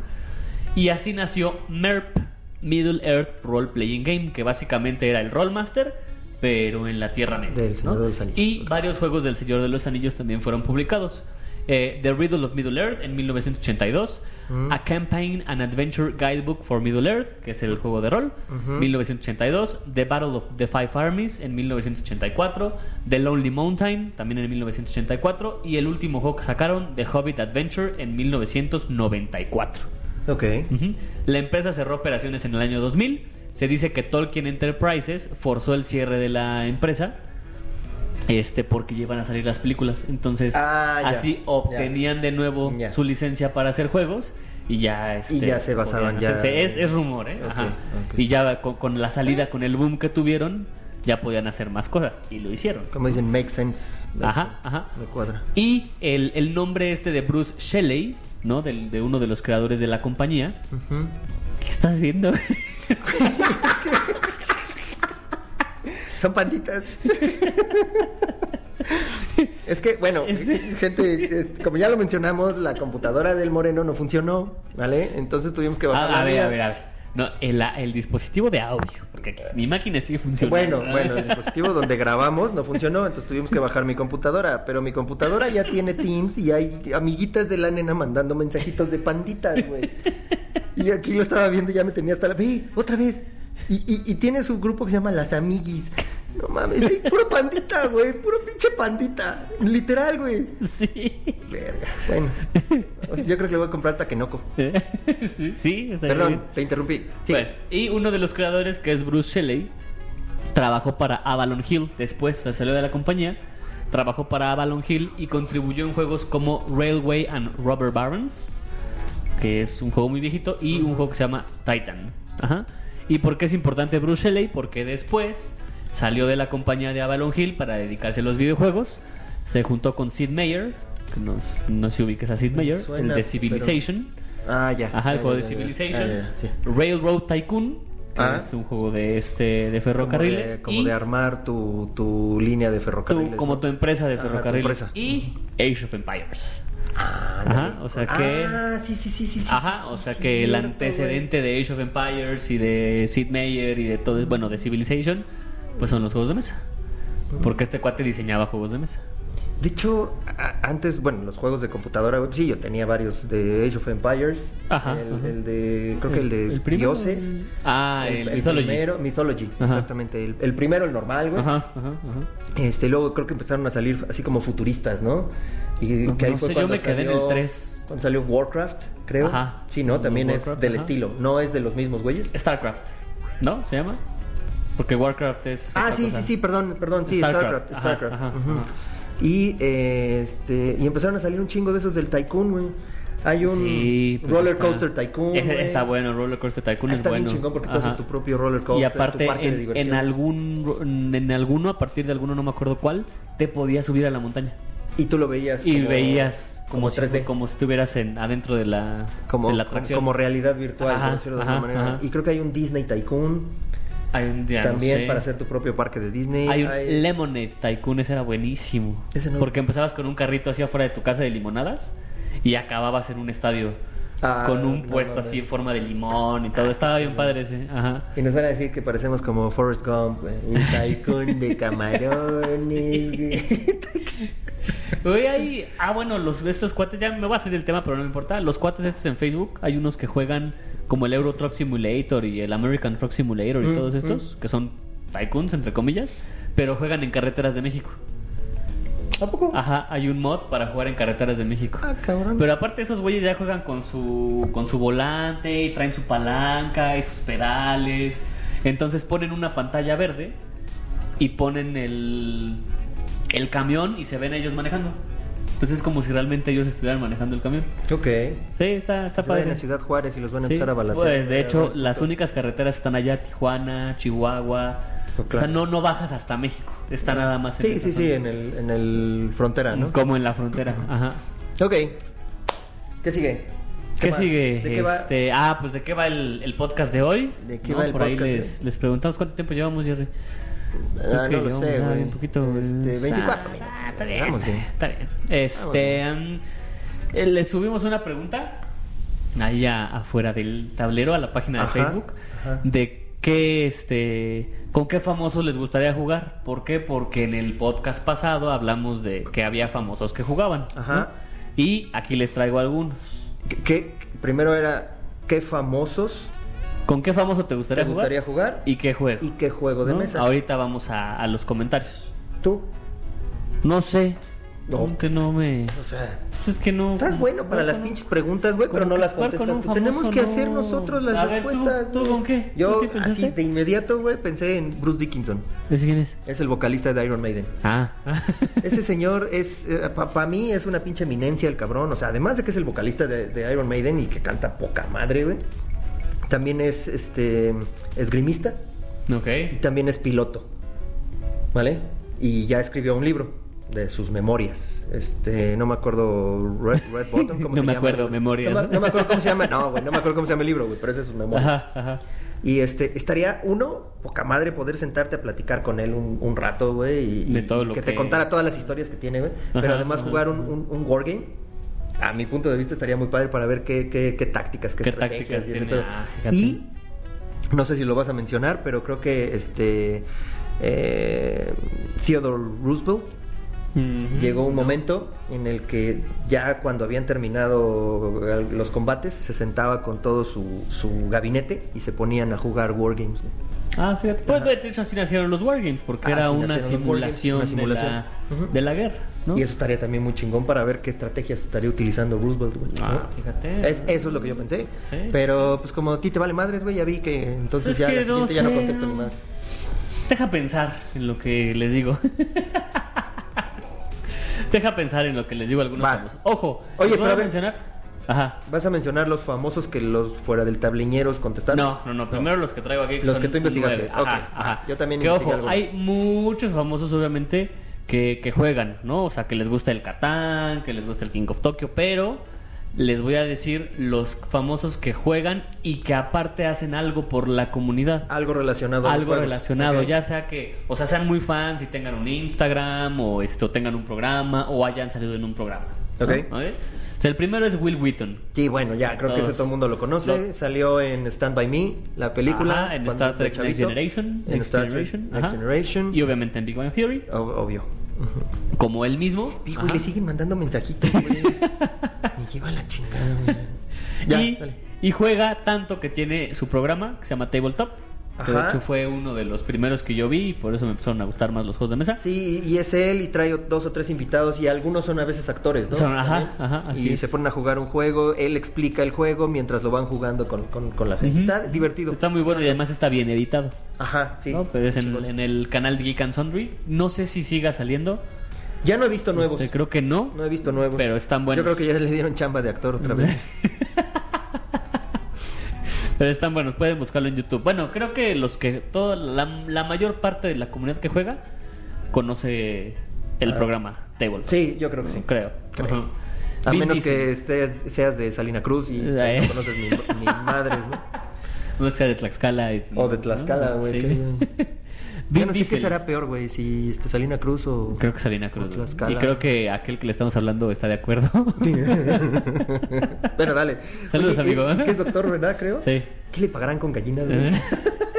Y así nació MERP, Middle Earth Role Playing Game, que básicamente era el Rollmaster, pero en la Tierra Media.
Del Señor
¿no?
de los Anillos,
Y
ok.
varios juegos del Señor de los Anillos también fueron publicados. Eh, The Riddle of Middle Earth en 1982,
Mm.
A Campaign and Adventure Guidebook for Middle Earth, que es el juego de rol,
Ujú.
1982, The Battle of the Five Armies en 1984, The Lonely Mountain también en 1984 y el último juego que sacaron, The Hobbit Adventure en 1994.
Ok.
Ujú. La empresa cerró operaciones en el año 2000. Se dice que Tolkien Enterprises forzó el cierre de la empresa este porque llevan a salir las películas. Entonces,
Ah, ya.
así obtenían de nuevo
Ya.
su licencia para hacer juegos y ya este,
Y ya se basaban ya
podían hacerse. Es,
en-
es rumor, ¿eh?
Ok,
Ajá.
ok. Eh.
Y ya con, con la salida, con el boom que tuvieron, ya podían hacer más cosas y lo hicieron.
Como dicen, make sense. Make
Ajá,
sense.
ajá.
Me cuadra.
Y el, el nombre este de Bruce Shelley, ¿no? Del- de uno de los creadores de la compañía,
Ujú.
¿Qué estás viendo? <laughs>
Son
<laughs>
panditas. es que, bueno,
Este-
<laughs> gente, es- como ya lo mencionamos, la computadora del Moreno no funcionó, ¿vale? Entonces tuvimos que bajar.
a,
la
ver,
mía.
a ver, a ver. No, el, el dispositivo de audio, porque aquí- mi máquina sigue funcionando.
Bueno, bueno, el dispositivo donde grabamos no funcionó, entonces tuvimos que bajar mi computadora, pero mi computadora ya tiene Teams y hay amiguitas de la nena mandando mensajitos de panditas, güey. Y aquí lo estaba viendo y ya me tenía hasta la... ¡Ve! ¡Otra vez! Y, y- y tiene su grupo que se llama Las Amiguis. No mames, güey, puro pandita, güey, puro pinche pandita. Literal, güey.
Sí. <laughs>
Verga. Bueno, yo creo que le voy a comprar taquenoco.
<laughs> sí, está
Perdón,
bien.
te interrumpí. Sí.
Bueno, y uno de los creadores, que es Bruce Shelley, trabajó para Avalon Hill después, se salió de la compañía. Trabajó para Avalon Hill y contribuyó en juegos como Railway and Robber Barons, que es un juego muy viejito, y un juego que se llama Titan. Ajá. ¿Y por qué es importante Bruce Shelley? Porque después salió de la compañía de Avalon Hill para dedicarse a los videojuegos. Se juntó con Sid Meier, que no, no sé si ubiques a Sid
Me
Meier,
suena,
el de
pero-
Civilization.
Ah, ya.
Ajá, el
Ya, ya,
juego
ya,
de
ya.
Civilization.
Ah, ya, ya, sí.
Railroad Tycoon, que
Ah.
es un juego de este de
Como
ferrocarriles.
de- Como de,
y
armar tu, tu línea de
tu-
ferrocarriles.
como
¿no?
tu empresa de
Ajá, tu
ferrocarriles.
empresa.
Y Age of Empires.
Ah,
Ajá,
ya.
o sea que-
Ah, sí, sí, sí, sí. sí,
Ajá,
sí,
o
sí,
sea
sí,
que el
cierto,
antecedente de Age of Empires y de Sid Meier y de todo, bueno, de Civilization, pues son los juegos de mesa. Porque este cuate diseñaba juegos de mesa.
güey. De hecho, a- antes, bueno, los juegos de computadora, güey, sí, yo tenía varios de Age of Empires.
Ajá,
el,
ajá.
el de, creo que el de
¿El primero?
Dioses.
Ah, el Mythology.
primero, Mythology,
Ajá.
exactamente. El, el primero, el normal, güey.
Ajá, ajá, ajá.
Este, luego creo que empezaron a salir así como futuristas, ¿no? Y
No,
que ahí
no
fue
sé, yo
cuando
me quedé en el
salió-
tres.
Cuando salió Warcraft, creo.
Ajá.
Sí, ¿no? También es
Warcraft,
del
ajá.
estilo. No es de los mismos güeyes.
StarCraft, ¿no? ¿Se llama? Porque Warcraft es...
Ah,
otra
sí,
cosa.
sí, sí, perdón, perdón, sí,
Starcraft,
StarCraft.
ajá,
Starcraft.
ajá,
ujú.
ajá.
Y, eh, este, y empezaron a salir un chingo de esos del Tycoon, güey. Hay un
Sí, pues
Roller
está-
Coaster Tycoon.
Ese
güey.
está bueno, Roller Coaster Tycoon
Ah,
es
está
bueno.
bien chingón porque tú
Ajá.
haces tu propio roller coaster.
y
tu
aparte,
parque de
en,
diversión.
en algún, ro- en alguno, a partir de alguno, no me acuerdo cuál, te podías subir a la montaña.
Y tú lo veías.
Y
como-
veías como,
como
si,
3D.
como si estuvieras en, adentro de la,
como,
de la
como,
atracción.
como realidad virtual,
Ajá,
por decirlo de
ajá,
alguna manera.
ajá.
Y creo que hay un Disney Tycoon
Hay un- ya no
también
sé.
para hacer tu propio parque de Disney.
Hay un
Hay-
Lemonade Tycoon, ese era buenísimo.
Ese no lo
porque empezabas con un carrito así afuera de tu casa de limonadas y acababas en un estadio
Ah,
con un
no
puesto
mames. Ah,
así en forma de limón y todo. Estaba bien padre ese. Ajá.
Y nos van a decir que parecemos como Forrest Gump, güey.
<laughs>
Un Tycoon de camarones,
<laughs>
güey.
Güey, hay- Ah, bueno, los estos cuates, ya me voy a salir del tema, pero no me importa. Los cuates estos en Facebook, hay unos que juegan como el Euro Truck Simulator y el American Truck Simulator y
Mm,
todos estos, que son tycoons, entre comillas, pero juegan en carreteras de México.
¿A poco?
Ajá, hay un mod para jugar en carreteras de México.
Ah, cabrón.
Pero aparte esos güeyes ya juegan con su con su volante y traen su palanca y sus pedales. Entonces ponen una pantalla verde y ponen el el camión y se ven ellos manejando. Entonces es como si realmente ellos estuvieran manejando el camión.
Ok.
Sí, está está
Se
padre.
van a Ciudad Juárez y los van a
Sí,
empezar a balancear.
Pues de hecho las únicas carreteras están allá Tijuana, Chihuahua.
Pues,
O sea,
claro.
no no bajas hasta México. Está nada más en
Sí,
esa
sí, sí,
zona.
en el, en el frontera, ¿no?
como en la frontera, ajá.
Ok. ¿Qué sigue?
¿Qué,
más?
sigue?
¿De qué va?
Este, Ah, pues de qué va el, el podcast de hoy.
¿De qué va el
por ahí
podcast,
les,
eh?
les preguntamos cuánto tiempo llevamos, Jerry. Creo
Ah,
que
no lo
llevamos
sé,
ya
güey.
bien poquito.
Este,
es-
24
ah,
minutos.
Está bien,
Vamos
está
bien.
bien, está bien. Este,
Vamos
mm, eh, les subimos una pregunta ahí a- afuera del tablero, a la página de
Ajá,
Facebook,
ajá.
de qué, este, con qué famosos les gustaría jugar. ¿Por qué? Porque en el podcast pasado hablamos de que había famosos que jugaban.
Ajá.
¿no? Y aquí les traigo algunos.
¿Qué- qué- primero era qué famosos
¿Con qué famoso te
te
gustaría,
gustaría jugar
¿Y qué juego?
y qué juego de
¿no?
mesa.
Ahorita vamos a, a los comentarios.
Tú,
No sé.
No.
Que no me.
o sea,
Pues es que no.
estás bueno para
no,
las
no.
pinches preguntas, güey,
Como
pero no
que
las
jugar con
contestas.
un
tú. Tenemos
famoso,
que hacer
no.
nosotras las
A ver, ¿tú-
respuestas.
tú
güey.
con qué? ¿Tú
Yo
sí pensaste?
así de inmediato, güey, pensé en Bruce Dickinson.
¿Ese quién es?
Es el vocalista de Iron Maiden. <laughs>
Ah.
Ese señor es, para mí es una pinche eminencia el cabrón. O sea, además de que es el vocalista de, de Iron Maiden y que canta poca madre, güey. También es este esgrimista, y
<laughs> ok.
también es piloto. ¿Vale? Y ya escribió un libro de sus memorias. Este, no me acuerdo Red, Red Button, ¿cómo
<laughs> No
se
me
llama?
acuerdo, memorias.
No, me- no me acuerdo cómo se llama. No, güey, no me acuerdo cómo se llama el libro, güey, pero ese es sus memorias.
Ajá, ajá.
Y este, estaría uno, poca madre, poder sentarte a platicar con él un, un rato, güey. Y,
De
y
todo lo
que,
que-
te contara todas las historias que tiene, güey. Pero
Ajá,
además
ajá.
jugar un, un, un wargame, a mi punto de vista, estaría muy padre para ver qué, qué, qué tácticas, qué,
Qué
estrategias.
tácticas
y, ese
tiene,
pedo.
ah, fíjate.
Y, no sé si lo vas a mencionar, pero creo que este. eh, Theodore Roosevelt
Mm,
Llegó un
no.
momento en el que ya cuando habían terminado eh, los combates se sentaba con todo su, su gabinete y se ponían a jugar wargames. ¿no?
Ah, fíjate. Pues, güey, de hecho, así nacieron los Wargames, porque
Ah,
era
así nacieron
una
los wargames,
simulación,
una simulación.
De, la,
Ujú.
de la guerra, ¿no?
Y eso estaría también muy chingón para ver qué estrategias estaría utilizando Roosevelt, güey. ¿no?
Ah, fíjate.
Es- eso es lo que yo pensé.
Sí.
Pero pues como a ti te vale madres, güey, ya vi que entonces
Es
ya
que
la
no
siguiente ya no
sé,
contesto
no.
ni madres.
Deja pensar en lo que les digo. Deja pensar en lo que les digo a algunos
Va.
famosos. Ojo,
Oye,
¿les
pero
voy
a ver.
mencionar? Ajá.
¿Vas a mencionar los famosos que los fuera del tabliñeros contestaron?
No, no, no. Primero los que traigo aquí.
Los
son
que tú investigaste.
nueve.
Ok,
Ajá, ajá.
yo también
Que,
investigué
ojo,
algunos.
hay muchos famosos, obviamente, que, que juegan, ¿no? O sea, que les gusta el Catán, que les gusta el King of Tokyo, pero les voy a decir los famosos que juegan y que aparte hacen algo por la comunidad.
Algo relacionado. a los
Algo
juegos.
relacionado,
Ok.
ya sea que, o sea, sean muy fans y tengan un Instagram o esto, tengan un programa o hayan salido en un programa. ¿no?
Ok.
O sea, el primero es Will Wheaton.
Sí, bueno, ya creo que
Todos.
ese todo el mundo lo conoce.
Lo-
Salió en Stand By Me, la película.
Ajá, en
cuando
Star Trek
chavito.
Next Generation.
En
Next
Star Trek
Generation.
Next
ajá.
Generation.
Y obviamente en Big Bang Theory.
Ob- Obvio.
Como él mismo.
Hijo,
ajá.
le siguen mandando mensajitos,
<laughs>
güey. Me lleva la chingada, güey. Ya,
y,
dale.
y juega tanto que tiene su programa que se llama Tabletop. Que de
Ajá.
hecho fue uno de los primeros que yo vi y por eso me empezaron a gustar más los juegos de mesa.
Sí, y es él y trae dos o tres invitados y algunos son a veces actores, ¿no?
Son- ajá,
También.
ajá, así
Y
es.
se ponen a jugar un juego, él explica el juego mientras lo van jugando con, con- con la gente.
Ujú.
Está divertido.
Está muy bueno y además está bien editado.
Ajá, sí.
¿no? Pero es en,
Chingón.
en el canal de Geek and Sundry. No sé si siga saliendo.
Ya no he visto nuevos.
Este, creo que no.
No he visto nuevos.
Pero están buenos.
Yo creo que ya le dieron chamba de actor otra
<laughs>
vez.
Pero están buenos, pueden buscarlo en YouTube. Bueno, creo que los que toda la, la mayor parte de la comunidad que juega conoce el
Ah.
programa Tabletop.
Sí, yo creo que sí.
Creo.
Creo.
Ajá.
A
Vin
menos
Diesel.
que estés- seas de Salina Cruz y o sea,
Eh.
no conoces ni, ni madres,
<laughs>
¿no?
No sea de Tlaxcala. y-
O de Tlaxcala,
¿no?
güey,
Sí.
que-
<laughs> Vin
Yo no sé
Diesel.
qué será peor, güey, si este, Salina Cruz o...
Creo que Salina
o
Cruz. güey.
Tlaxcala.
Y creo que aquel que le estamos hablando está de acuerdo.
<laughs> <laughs> bueno, dale.
Saludos,
Oye,
amigo.
¿qué- qué es doctor, ¿verdad? Creo.
Sí. Eh.
¿Qué le pagarán con gallinas, güey?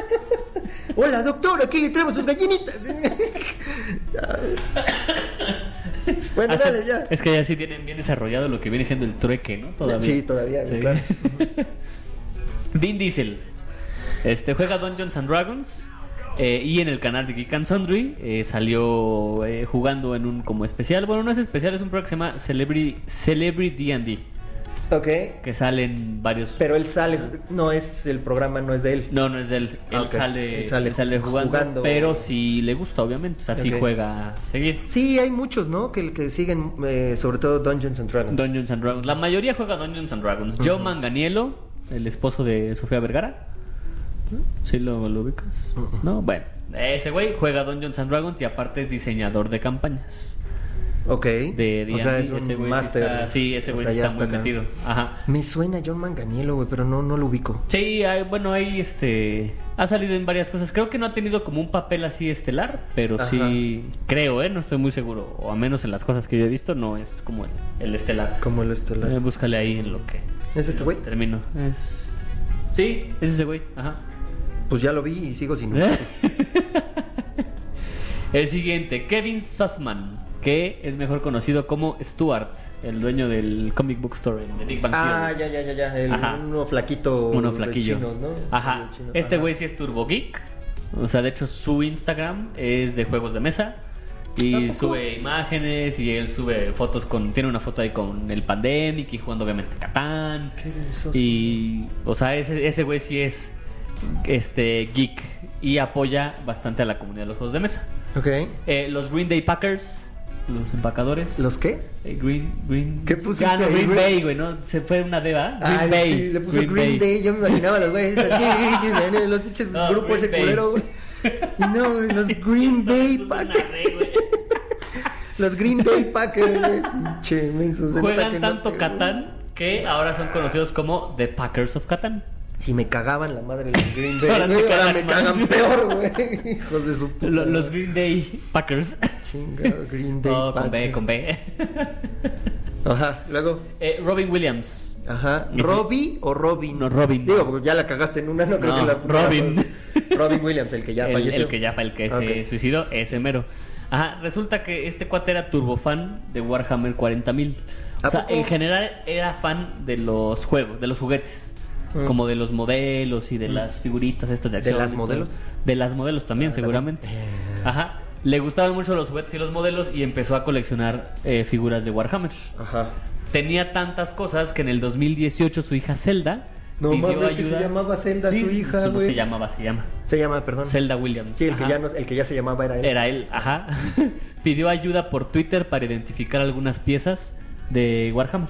<laughs>
<laughs>
Hola, doctor, aquí le traemos sus gallinitas.
<laughs>
Ya. bueno,
Hace-
dale, ya.
Es que ya Ah, sí tienen bien desarrollado lo que viene siendo el trueque, ¿no? Todavía.
Sí, todavía, güey, claro.
<laughs> Vin Diesel. Este juega Dungeons and Dragons. eh, y en el canal de Geek and Sundry eh, salió eh, jugando en un como especial. Bueno, no es especial, es un programa que se llama Celebrity Celebrity D&D.
Ok.
Que salen varios.
Pero él sale, no es, el programa no es de él.
No, no es de él. Él,
Ah, ok.
sale,
Él sale
él sale jugando,
jugando.
Pero si le gusta, obviamente. O sea, sí
Ok.
juega seguir.
Sí, hay muchos, ¿no? Que, que siguen, eh, sobre todo Dungeons and Dragons.
Dungeons and Dragons. La mayoría juega Dungeons and Dragons. Joe Manganiello, el esposo de Sofía Vergara. ¿Sí lo, lo ubicas? No, bueno. Ese güey juega Dungeons and Dragons y aparte es diseñador de campañas.
Ok.
de D&D.
o sea, es
Ese
un
güey
máster.
Sí, está- sí, ese
O
güey
sea,
sí
ya
está, muy
acá.
metido. Ajá.
Me suena John Manganiello, güey, pero no, no lo ubico.
Sí, hay- bueno, ahí este ha salido en varias cosas. Creo que no ha tenido como un papel así estelar, pero
Ajá.
sí creo, eh, no estoy muy seguro, o al menos en las cosas que yo he visto no es como el, el estelar.
Como lo estelar.
Eh, búscale ahí en lo que
¿Es
en
este
lo
güey?
que Eh, Termino. Es Sí, es ese güey, ajá.
Pues ya lo vi y sigo
<laughs> Eh,
sin.
El siguiente, Kevin Sussman, que es mejor conocido como Stuart, el dueño del comic book store en The Big Bang
Ah,
Theory.
ya, ya, ya, ya. El,
Ajá.
uno flaquito.
Uno
de
flaquillo.
chinos, ¿no?
Ajá.
De chino.
Este
Ajá.
güey sí es Turbo Geek. O sea, de hecho su Instagram es de juegos de mesa. Y
Ah, ¿A poco?
sube imágenes y él sube fotos con... Tiene una foto ahí con el Pandemic y jugando obviamente Catán.
Kevin Sussman.
Y... O sea, ese ese güey sí es este geek y apoya bastante a la comunidad de los juegos de mesa.
Ok.
Eh, los Green Day Packers, los empacadores.
¿Los qué?
Eh, Green, Green.
¿Qué pusiste
Ah, no,
ahí,
Green
güey?
Bay, güey, ¿no? Se fue una deba. Green
Ay,
Bay.
sí, le puso Green, Day. Yo me imaginaba a los
<laughs>
güeyes. así, que venían los pinches
No,
grupos
Green
ese
Bay.
culero, güey. Y no, güey, los
<laughs> Sí,
Green
sí,
Bay
le puso una
Packers.
re, güey.
Los Green Day Packers, güey. Pinche menso. se nota que
Juegan
no
tanto
te-
Catán que ahora son conocidos como The Packers of Catán.
Si me cagaban la madre los Green Bay,
Ahora te
güey, ahora
cagan
me
más.
cagan peor, güey. Hijos de su puta.
Lo- Los
madre.
Green Day Packers.
Chingado Green Day
<laughs> No, con B,
Packers.
con B. <laughs>
Ajá, luego.
Eh, Robin Williams.
Ajá.
Ujú.
¿Robbie o Robin?
No, Robin.
Digo, porque ya la cagaste en una, no creo
No,
que la.
Robin.
Robin Williams, el que ya
el,
falleció.
el que ya fue el que
Ok.
se suicidó, ese mero. Ajá, resulta que este cuate era turbofan de Warhammer 40.000.
¿A
O sea,
poco?
en general era fan de los juegos, de los juguetes.
Mm.
Como de los modelos y de
Mm.
las figuritas estas de
¿De
acción.
las
y todo.
modelos?
De las modelos también,
Ah,
seguramente.
también.
Ajá. Le gustaban mucho los juguetes y los modelos y empezó a coleccionar eh, figuras de Warhammer.
Ajá.
Tenía tantas cosas que en el 2018 su hija Zelda
No
pidió
mames, que se llamaba Zelda
Sí,
su hija,
no
güey.
se llamaba, se llama.
Se llama, perdón.
Zelda Williams.
Sí, el que,
ajá.
ya no- el que ya se llamaba era él.
Era él, ajá. <laughs> Pidió ayuda por Twitter para identificar algunas piezas de Warhammer.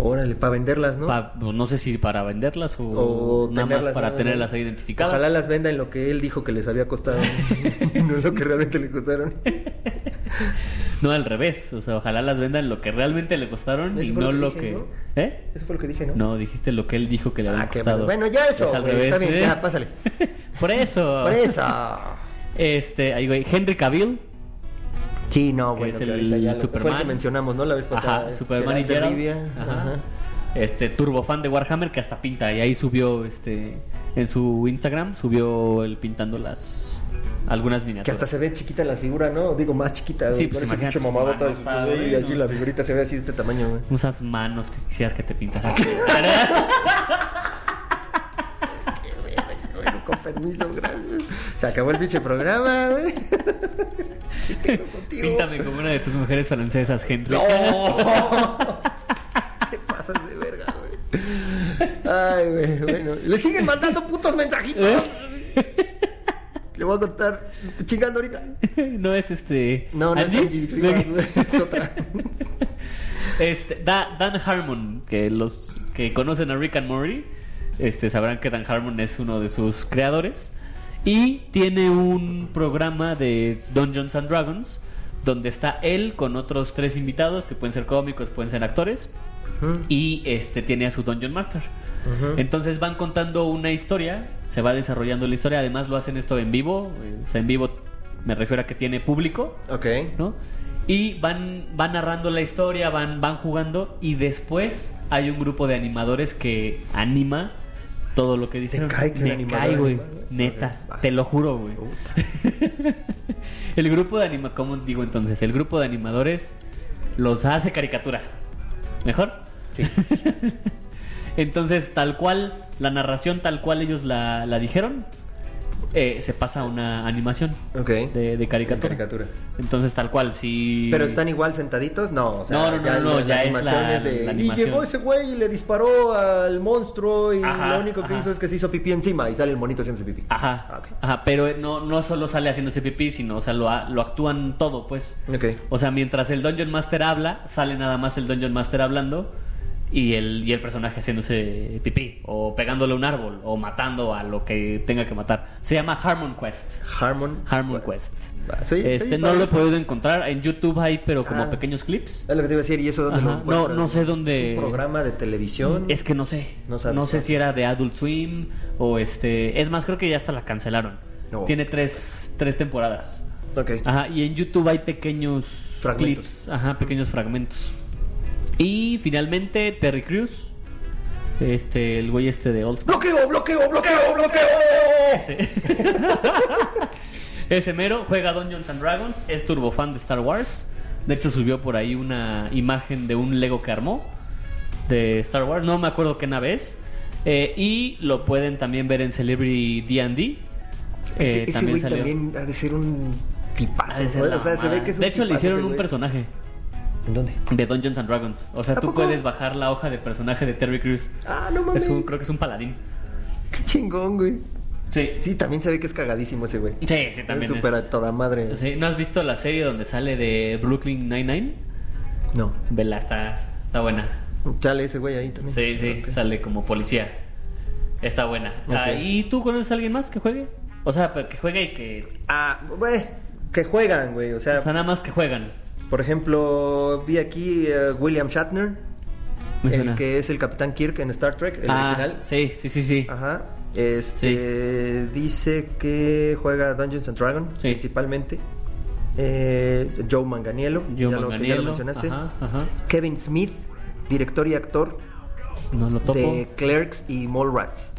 Órale, para venderlas, ¿no?
Pa- pues, no sé si para venderlas o,
O
nada más
tenerlas,
para
¿no?
tenerlas ahí identificadas.
Ojalá las venda en lo que él dijo que les había
<laughs>
costado. no es lo que realmente le costaron.
No al revés, o sea, ojalá las vendan lo que realmente le costaron
Eso
y
fue
no
lo
lo
que
que...
dije,
¿Eh?
Eso fue lo que dije, ¿no?
No, dijiste lo que él dijo que le habían
Ah, qué
costado.
bueno. Bueno, ya eso,
Es al
güey,
revés,
está bien,
¿eh?
ya, pásale.
<laughs> Por eso.
Por eso.
<laughs> Este, ahí güey, Henry Cavill,
Sí, no,
Que
bueno,
es
que
el
ahorita ya lo- Fue el que
Superman.
mencionamos, ¿no? La vez pasada.
Ajá,
es
Superman y
Gerard de
Gerald.
Rivia,
Ajá.
ajá.
Este turbofan de Warhammer que hasta pinta y ahí subió este en su Instagram subió el pintando las algunas miniaturas.
Que hasta se ve chiquita la figura, ¿no? Digo, más chiquita.
Sí,
güey, con
pues
ese
imagínate,
pinche mamadota
su
de su-
mano está,
y
güey,
allí
no.
la figurita se ve así de este tamaño, güey.
Usas manos que quisieras que
<laughs>
te pintaran.
Bueno, con permiso, gracias. Se acabó el pinche programa, güey. <laughs> contigo.
Píntame como una de tus mujeres francesas,
<laughs>
Henry.
Te pasas de verga, güey. Ay, güey, bueno. Le siguen mandando putos
¿Eh?
mensajitos. Le voy a contar. Te chingando ahorita.
<laughs> no es este.
No, no es
¿Angie?
Angie Rivas, güey, es
<laughs>
otra.
Este, Da- Dan Harmon, que los que conocen a Rick and Morty, este, sabrán que Dan Harmon es uno de sus creadores. Y tiene un programa de Dungeons and Dragons, donde está él con otros tres invitados, que pueden ser cómicos, pueden ser actores. Y este tiene a su Dungeon Master.
Ujú.
Entonces van contando una historia, se va desarrollando la historia, además lo hacen esto en vivo, eh, o sea, en vivo me refiero a que tiene público,
Ok.
¿no? Y van, van narrando la historia, van, van jugando y después hay un grupo de animadores que anima todo lo que dijeron.
cae que un
Me
animador
cae, güey,
anima, güey?
neta,
Ok, va. Uh.
te lo juro, güey.
Puta.
El grupo de anima, ¿cómo digo entonces? El grupo de animadores los hace caricatura. ¿Mejor?
Sí.
<laughs> Entonces, tal cual, la narración tal cual ellos la, la dijeron, eh, se pasa a una animación
Ok.
de, de caricatura.
De caricatura.
Entonces, tal cual, sí.
¿Pero están igual sentaditos? No, o sea,
No, no, no, no,
la-
ya es
animación
la-
es de-
la
Y
animación.
llegó ese güey y le disparó al monstruo y
Ajá,
lo único que
ajá.
hizo es que se hizo pipí encima y sale el monito haciéndose pipí.
Ajá,
Ah, ok.
ajá, pero no, no solo sale haciéndose pipí, sino, o sea, lo, a- lo actúan todo, pues.
Ok.
O sea, mientras el Dungeon Master habla, sale nada más el Dungeon Master hablando y el, y el personaje haciéndose pipí, o pegándole a un árbol, o matando a lo que tenga que matar. Se llama Harmon Quest.
Harmon.
Harmon
Pues, Va, sí, sí,
este no
va,
lo he
es-
podido encontrar. En YouTube hay, pero como
Ah.
pequeños clips.
Es lo que te iba a decir, ¿y eso dónde
Ajá,
lo encuentras?
no- no sé dónde-
¿Un programa de televisión?
Es que no sé.
No
No,
sabes,
sé
¿no?
si era de Adult Swim o este. Es más, creo que ya hasta la cancelaron.
No.
Tiene tres, tres temporadas.
Ok.
Ajá, y en YouTube hay pequeños
Fragmentos.
clips. Ajá, pequeños fragmentos. Y finalmente, Terry Crews. Este, el güey este de Old Spice.
¡Bloqueo, bloqueo, bloqueo, bloqueo!
Ese. <laughs> Ese mero juega Dungeons and Dragons, es turbo fan de Star Wars. De hecho subió por ahí una imagen de un Lego que armó de Star Wars, no me acuerdo qué nave es. Eh, y lo pueden también ver en Celebrity D&D.
Ese,
Eh,
ese
también
güey
salió.
también ha de ser un
Ha
tipazo,
de ser
¿no?
la
O sea, se ve
mamada.
que es un
De hecho le
tipazo
hicieron
ese
un
güey.
personaje
¿En dónde?
de Dungeons and Dragons. O sea,
¿A
tú
poco?
puedes bajar la hoja de personaje de Terry Crews.
Ah, no mames.
Es un, creo que es un paladín.
Qué chingón, güey.
Sí, sí,
Sí, también se ve que es cagadísimo ese güey.
sí también.
es súper
es-
a toda madre.
Sí, ¿No has visto la serie donde sale de Brooklyn Nine-Nine?
No.
Vela, está, está buena.
Chale ese güey ahí también.
Sí, sí,
Ok.
sale como policía. Está buena. Ah,
Ok.
¿Y tú conoces a alguien más que juegue? O sea, pero que juegue y que...
Ah, güey. Que juegan, güey. O sea,
O sea, nada más que juegan.
por ejemplo, vi aquí eh, William Shatner,
Me
el
suena.
que es el Capitán Kirk en Star Trek, el
ah,
original.
sí, sí, sí, sí.
Ajá. Este dice que juega Dungeons and Dragons
Sí.
principalmente. Eh, Joe Manganiello,
Yo
ya, lo, que ya lo
Manganiello.
mencionaste.
Ajá, ajá.
Kevin Smith, director y actor
No lo topo.
de Clerks y Mallrats.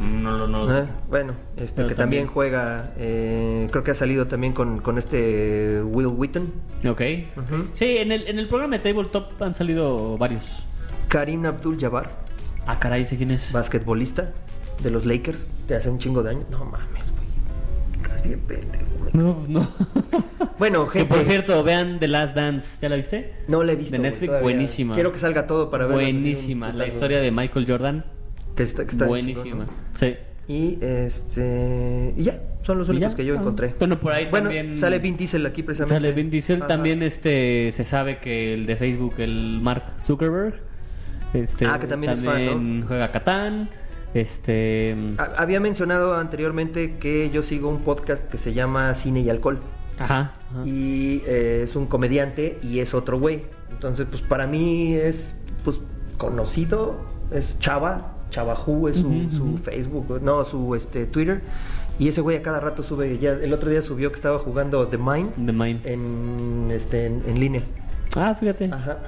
No, lo- no lo
Ah,
topo.
bueno, este
Pero
que también,
también.
juega, eh, creo que ha salido también con, con este Will Wheaton.
Ok.
Ujú.
Sí, en el, en el programa de Tabletop han salido varios.
Karim Abdul-Jabbar,
Ah, caray, sé quién es.
basquetbolista de los Lakers, te hace un chingo de daño. No mames, güey. Estás bien pendejo, güey.
No, no.
<laughs> Bueno,
que
gente.
por cierto, vean The Last Dance. ¿Ya la viste?
No la he visto.
De
güey,
Netflix,
todavía.
buenísima.
Quiero que salga todo para ver.
Buenísima. La historia de Michael Jordan.
Que está, que está bien
buenísima.
chingón, ¿no?
Sí.
Y este. Y ya, son los
¿Y
únicos
ya?
que yo
Ah.
encontré.
Bueno, por ahí
Bueno,
también-
Sale Vin Diesel aquí precisamente.
Sale Vin Diesel.
Ajá.
También este, se sabe que el de Facebook, el Mark Zuckerberg. Este,
Ah, que también es fan,
también
¿no? Ah.
juega Catán. Este.
Ha- Había mencionado anteriormente que yo sigo un podcast que se llama Cine y Alcohol.
Ajá. ajá.
Y eh, es un comediante y es otro güey. Entonces, pues para mí es pues conocido, es Chava, Chavajú es su,
Ujú,
su
ujú.
Facebook, no, su este Twitter. Y ese güey a cada rato sube, ya el otro día subió que estaba jugando The Mind
The Mind.
en este en, en línea.
ah, fíjate.
Ajá.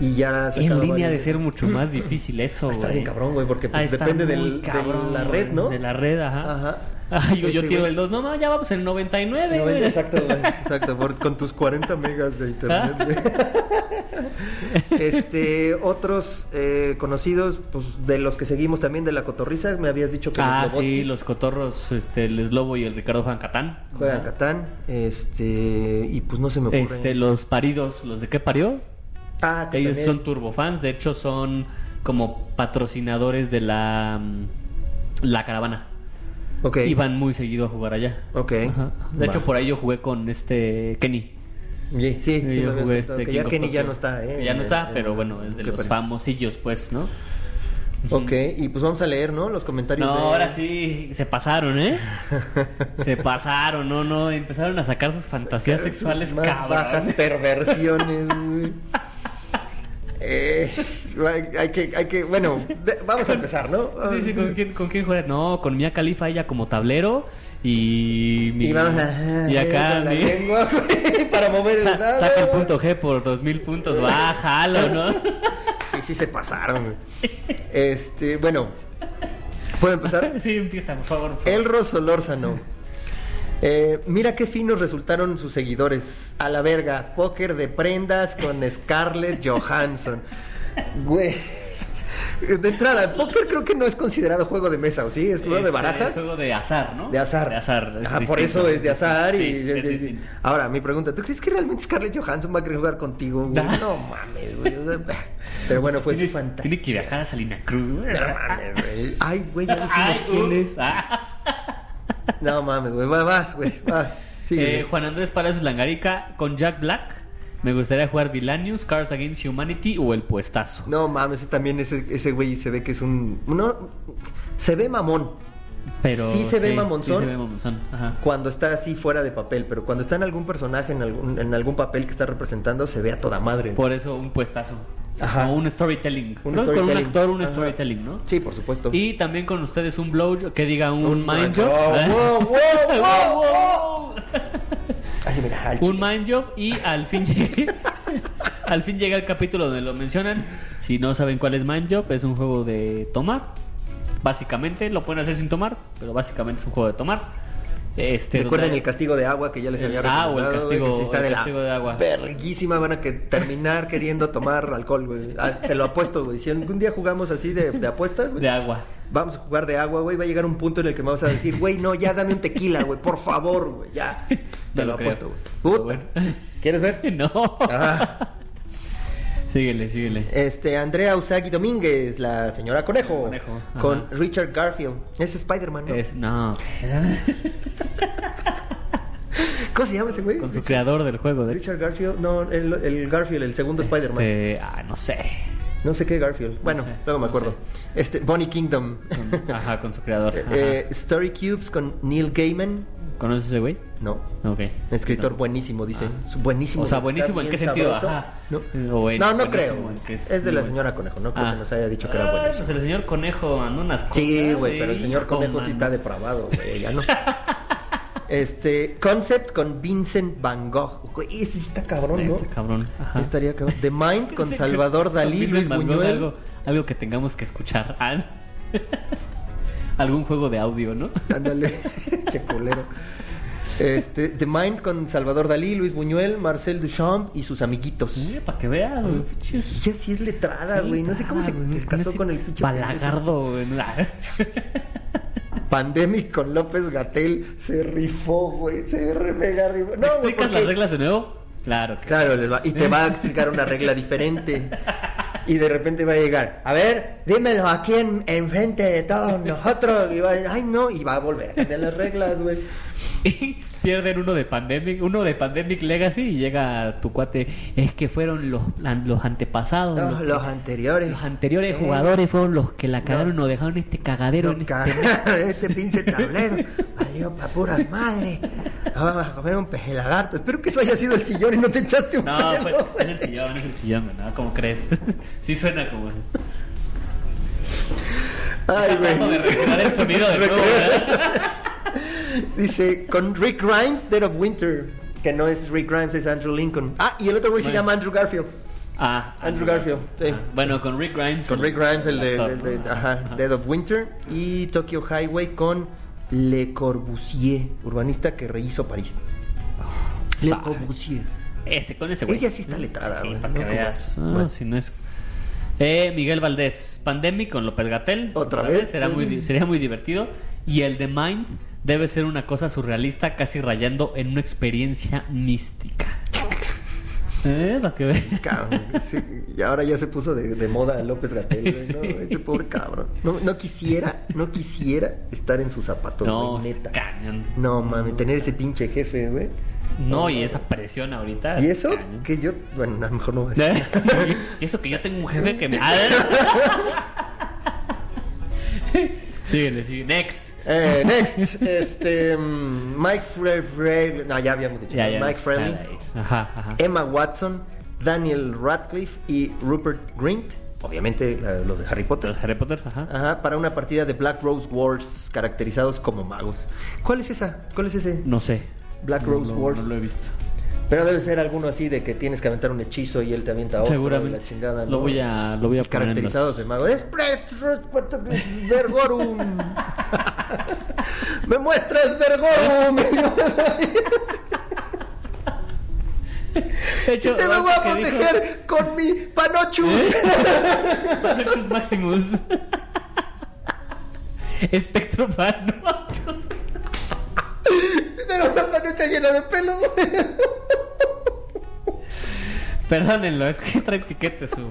Y ya ha
En
sacado
línea de
varios-
ser
<clears throat>
mucho más difícil eso,
Va a
güey.
estar bien cabrón, güey, porque,
Va a
pues,
estar
depende
muy
del- de la red, ¿no?
De la red, ajá.
Ajá.
Ay, ¿ah? yo, yo
Ese
tiro
güey.
el 2, no, no, ya vamos en 99,
No,
güey.
exacto,
<laughs>
güey. Exacto, por- con tus 40 megas de internet.
<laughs>
güey. Este, otros eh, conocidos, pues de los que seguimos también de la cotorriza, me habías dicho que
Ah,
los Lobotsky
sí, los cotorros, este, el Slobo y el Ricardo Juan Catán.
juegan
Ajá.
Catán, este, y pues no se me ocurre.
Este, los paridos, los de qué parió.
ah, que
Ellos
también-
son turbofans, de hecho son como patrocinadores de la, mm, la caravana.
Ok.
Iban muy seguido a jugar allá.
Ok.
Ajá. De hecho,
Va.
por ahí yo jugué con este Kenny.
Sí, sí, sí,
Sí,
me
yo
habías
jugué
contado,
este
que ya
King of
Kenny ya
Tokyo.
no está, ¿eh?
Ya no
en-
está,
en-
pero bueno, es de
¿qué
los
pasa?
famosillos, pues, ¿no?
Ok, y pues vamos a leer, ¿no? Los comentarios.
No,
de-
ahora
<laughs>
sí, se pasaron, ¿eh? Se pasaron, no, no, empezaron a sacar sus fantasías
Sacaron sus
sexuales
más bajas
cabrones. <laughs>
perversiones, güey. Eh, hay, hay que, hay que, bueno, de- vamos a empezar, ¿no?
Dice, ¿con quién, ¿con quién juegas? No, con Mia Califa, ella como tablero y... mi-
Y vamos a...
Y acá...
con la
mi-
lengua, güey, para mover el
sa-
dado.
saca el
güey.
punto G por dos mil puntos,
<laughs>
bájalo, ¿no?
Sí, sí, se pasaron. güey. Este, bueno, ¿puedo empezar?
Sí, empieza, por favor. por
El Solórzano. Eh, mira qué finos resultaron sus seguidores. A la verga, póker de prendas con Scarlett Johansson. Güey. De entrada, póker creo que no es considerado juego de mesa, ¿o sí? ¿Es juego
Es,
de
eh,
barajas?
juego de azar, ¿no?
De azar.
De azar.
Ajá, por eso es de azar. Y,
Sí, es distinto.
Ahora, mi pregunta, ¿tú crees que realmente Scarlett Johansson va a querer jugar contigo?
<laughs>
güey? No mames, güey. o sea, Pero bueno, fue su
Pues tiene,
fantasía.
Tiene que viajar a Salina Cruz, güey.
No mames, güey. Ay, güey,
<laughs>
ya
Ay,
dijimos quién
ups.
es.
Ah.
No mames, güey. va- Vas, güey, vas. Sí.
Eh, Juan Andrés Palacios Langarica con Jack Black. Me gustaría jugar Vilanius, Cars Against Humanity o El Puestazo.
No mames, ese también ese, ese güey se ve que es un. No, se ve mamón.
Pero
Sí se ve
Sí
mamonzón.
se ve mamonzón. Ajá.
Cuando está así fuera de papel, pero cuando está en algún personaje, en algún, en algún papel que está representando, se ve a toda madre. ¿no?
Por eso un puestazo.
Ajá.
O un storytelling.
Un
¿no? Con un
storytelling.
actor, un
Ajá.
storytelling, ¿no?
Sí, por supuesto.
Y también con ustedes un blowjob, que diga un,
Un
mind
mind
job.
job.
<laughs> ¿eh?
Wow, wow, wow, wow.
<laughs>
<laughs> Ay, mira, al
un
chile.
mind job y al fin <laughs> llega, al fin llega el capítulo donde lo mencionan. Si no saben cuál es mind job, es un juego de tomar. Básicamente lo pueden hacer sin tomar, pero básicamente es un juego de tomar. Este,
Recuerden
donde-
el castigo de agua que ya les
El-
había
ah, o el
recomendado. güey,
castigo-
que si está
el
de la
castigo de agua.
Verguísima, van a que terminar queriendo tomar alcohol, güey. Ah, te lo apuesto, güey. Si algún día jugamos así de, de apuestas, güey.
de agua. <laughs>
Vamos a jugar de agua, güey. Va a llegar un punto en el que me vas a decir, güey, no, ya dame un tequila, güey. Por favor, güey,
<laughs>
ya. Te
Te
lo,
lo creo.
apuesto, güey. Puta.
Bueno.
¿Quieres ver?
<laughs> No.
Ah.
Síguele, síguele.
Este, Andrea Usagi Domínguez, la señora Conejo.
Conejo, ajá.
Con Richard Garfield. Es Spider-Man, ¿no?
Es, <laughs> no,
<laughs> ¿Cómo se llama ese güey?
con su creador del juego, de hecho.
Richard Garfield, no, el, el Garfield, el segundo Spider-Man.
Este, ah, no sé.
No sé qué Garfield. Bueno,
sé,
luego me
no
acuerdo. Este, Bonnie Kingdom.
Con- <laughs> ajá, con su creador.
<laughs>
ajá.
Eh, Story Cubes con Neil Gaiman.
¿Conoces ese güey?
No.
Ok.
Escritor
No.
buenísimo, dice.
Ah.
Su- Buenísimo.
O sea,
está
buenísimo en
bien
qué sentido,
sabroso.
ajá.
No,
O en-
no, no
buenísimo
creo.
en que es
Es, de la
muy-
señora Conejo, no creo
Ah.
que nos haya dicho que era
Ah,
buenísimo.
pues el señor Conejo mandó unas cosas.
Sí, güey, pero el señor
hijo,
Conejo sí
mano.
está depravado, güey,
<laughs>
ya no. Este, Concept con Vincent Van Gogh. Güey, ese sí está cabrón, ¿no?
Este cabrón. Ajá.
Estaría cabrón. The Mind
<laughs>
con
Ese
Salvador
cabrón,
Dalí,
Vincent
Luis
Van Gogh,
Buñuel.
Algo, algo que tengamos que escuchar. Ah, <laughs> Algún juego de audio,
<laughs>
¿no?
Ándale, che culero. Este, The Mind con Salvador Dalí, Luis Buñuel, Marcel Duchamp y sus amiguitos.
Sí, para que veas, güey. pinches- ah,
Ya sí es letrada, güey. No sé cómo se
güey,
casó
ese
con el pinche.
Balagardo, güey. <laughs>
Pandemic con López Gatel. Se rifó, güey. Se re mega rifó. No, güey.
¿Explicas
porque-
las reglas de nuevo? Claro que
Claro, les va- y te va a explicar una regla
<laughs>
diferente. Y de repente va a llegar, a ver, dímelo aquí en, enfrente de todos nosotros. Y va a decir, ay no, y va a volver a cambiar las reglas, güey.
Y <laughs> pierden uno de Pandemic, uno de Pandemic Legacy y llega tu cuate. Es que fueron los, an- los antepasados.
No,
los,
Ah, los anteriores.
los anteriores
Eh,
jugadores fueron los que la cagaron
no.
o dejaron este cagadero. en
No
este-
cagaron <laughs> este pinche tablero. Valió pa' puras madres. Ahora vamos a comer un peje lagarto. Espero que eso haya sido el sillón y no te echaste un
No,
pedo,
fue-
güey.
es el sillón, es el sillón, ¿no? ¿Cómo crees? <laughs> sí suena como.
Ay,
Tratando de
güey.
recrear el sonido de nuevo, ¿verdad?
<laughs> Dice, con Rick Grimes, Dead of Winter. Que no es Rick Grimes, es Andrew Lincoln. Ah, y el otro güey se
Bueno.
llama Andrew Garfield.
Ah,
Andrew Garfield, sí.
Ah, bueno, con Rick Grimes.
Con Rick Grimes, el de,
actor,
de- de-
¿no?
ajá, Dead of Winter. Y Tokyo Highway con Le Corbusier, urbanista que rehizo París. Le
Sabe.
Corbusier.
Ese, con ese güey. Mm,
Ella sí está letrada,
Sí,
güey.
para que
¿no?
veas.
Como-
No,
Bueno.
si no es. Eh, Miguel Valdés, Pandemic con López Gatel.
¿Otra vez? Mm.
Será muy, di- sería muy divertido. Y el de Mind debe ser una cosa surrealista, casi rayando en una experiencia mística. ¿Eh? Para que veas.
Cabrón, sí, y ahora ya se puso de, de moda López Gatel,
Sí.
Este pobre cabrón. No, no quisiera, no quisiera estar en sus zapatos,
<laughs> No,
güey, neta.
cañón.
No mames, tener ese pinche jefe, güey.
No, y
mames.
esa presión ahorita.
Y eso
cañón.
que yo, bueno, a lo mejor no voy a
<laughs>
decir.
¿Eh? Y eso que yo tengo un jefe que me. <laughs> síguele, síguele. Next.
Eh, next,
<laughs>
este mm, Mike Freley, no, ya habíamos dicho, ¿no? Mike Eh, Freley,
Nada, ahí. Ajá, ajá.
Emma Watson, Daniel Radcliffe y Rupert Grint, obviamente eh, los de Harry Potter.
Los Harry Potter, ajá.
Ajá, para una partida de Black Rose Wars caracterizados como magos. ¿Cuál es esa? ¿Cuál es ese?
No sé.
Black
No,
Rose
no,
Wars.
No lo he visto.
Pero debe ser alguno así de que tienes que aventar un hechizo y él te avienta otro. y
Seguramente.
La chingada, ¿no?
Lo voy a, lo voy a poner en los-
Caracterizados de mago. ¡Es Vergorum! ¡Me muestras Vergorum!
<laughs> ¿Eh?
<laughs>
De hecho,
¡Te me voy a
ahorita que ¿Eh?
proteger con mi Panochus!
dijo- Panochus Maximus. <laughs> Espectro <laughs> Panochus.
<laughs> Era una panocha llena de pelo.
Perdónenlo, es que <laughs> trae piquete su,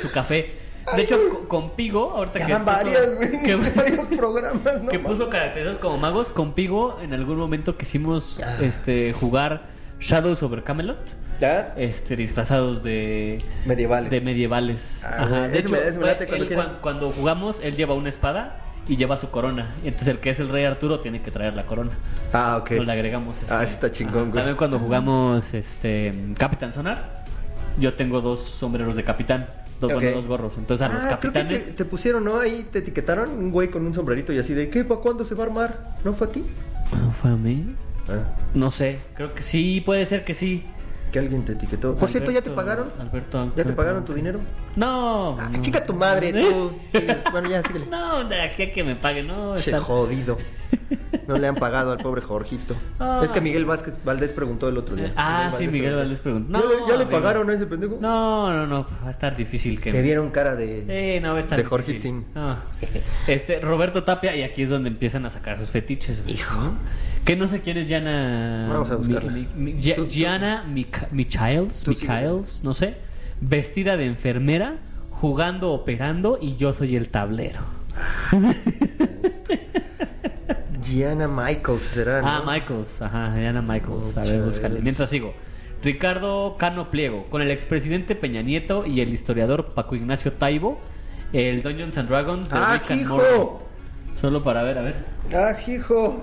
su café. De hecho, co- con Pigo, ahorita
Ya
que.
van
puso-
varias, <laughs> güey.
que-
varios programas, ¿no?
que
mames.
puso caracteres como magos con Pigo en algún momento quisimos este jugar Shadows over Camelot
¿Ah?
este, disfrazados de
Medievales.
de medievales.
Ah,
Ajá.
ese
De hecho,
me- ese me late
él
cuando
cuan-
quieran.
cuando jugamos, él lleva una espada y lleva su corona. Entonces el que es el rey Arturo tiene que traer la corona.
Ah, ok.
Nos la agregamos.
Ah, ese está chingón, güey.
También cuando jugamos este Capitán Sonar, yo tengo dos sombreros de capitán, dos, bueno,
Ok.
dos gorros. Entonces a los
Ah, creo que
capitanes.
te, te pusieron, ¿no? Ahí te etiquetaron un güey con un sombrerito y así de, ¿qué? ¿Para cuándo se va a armar? ¿No fue a ti?
¿No fue a mí?
Ah,
No sé, creo que sí, puede ser que sí.
que alguien te etiquetó. Por cierto, ¿ya te
Alberto-
pagaron?
Alberto
¿Ya te
Anca-
pagaron tu dinero?
No.
Ah,
Oh, no. ¿Eh?
chica tu madre, tú.
<laughs>
bueno, ya, síguele.
No, de aquí a que me paguen, no.
Che,
está- <laughs>
jodido. No le han pagado al pobre Jorgito.
Ah.
Es que Miguel Vázquez Valdés preguntó el otro día.
Ah, sí, Miguel Valdés preguntó.
¿Ya, le,
No,
ya le
amigo.
pagaron a ese pendejo?
No, no, no, va a estar difícil que... Eh.
Que vieron cara de...
Sí, no, va a estar
de
difícil.
Jorge Itzin.
No. Este, Roberto Tapia, y aquí es donde empiezan a sacar los fetiches. güey, ¿no? Que no sé quién es Jana...
Vamos a buscarla.
Mi- mi- mi- Ya-
Tú- tú-
Jana Mich- Michaels,
Tú sigue.
Michaels, no sé. Vestida de enfermera, jugando, operando, y yo soy el tablero.
Gianna Michaels será, ¿no?
Ah, Michaels, ajá, Diana Michaels. a ver,
Muchas
búscale.
gracias.
Mientras sigo. Ricardo Cano Pliego, con el expresidente Peña Nieto y el historiador Paco Ignacio Taibo, el Dungeons and Dragons de
¡Ah,
Rick and
hijo!
Morty. Solo para ver, a ver.
Ah, hijo.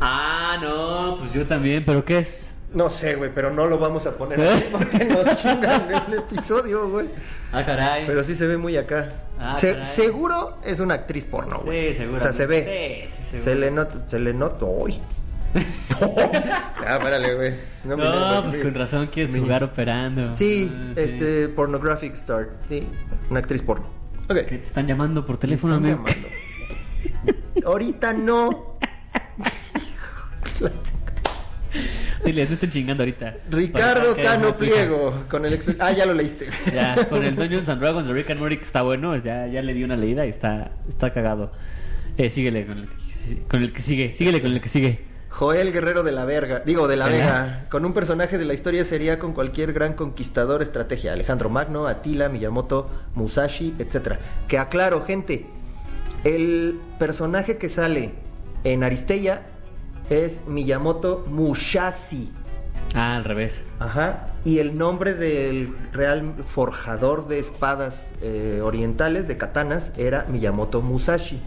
Ah, no, pues yo también, pero ¿qué es?
No sé, güey, pero no lo vamos a
¿Eh?
poner aquí porque nos <laughs> chingan el episodio, güey.
Ah, caray.
Pero sí se ve muy acá.
Ah,
Se-
caray.
seguro es una actriz porno, güey.
Sí, seguro.
O sea, se ve.
Sí, sí, seguro.
se le nota, se le nota
<laughs>
hoy. ah, párale, güey.
No,
me-
pues
me-
con razón quieres
me-
jugar operando.
Sí,
Ah,
este, pornographic star. Sí, una actriz porno. Ok.
Que te están llamando por teléfono,
Están
amigo.
llamando. Ahorita no.
<laughs> Dile, no estén chingando ahorita.
Ricardo
Para que no
Cano
aplica.
Pliego. Con el ex- Ah, ya lo leíste.
Ya, con el Dungeons and Dragons de Rick and Morty que está bueno, ya, ya le di una leída y está, está cagado. Eh, síguele con el, que- con el que sigue, síguele con el que sigue.
Joel Guerrero de la Verga, digo, de la
¿Verdad?
Vega, con un personaje de la historia sería con cualquier gran conquistador estrategia, Alejandro Magno, Atila, Miyamoto, Musashi, etcétera. Que aclaro, gente, el personaje que sale en Aristella es Miyamoto Musashi.
Ah, al revés.
Ajá. Y el nombre del real forjador de espadas eh, orientales, de katanas, era Miyamoto Musashi.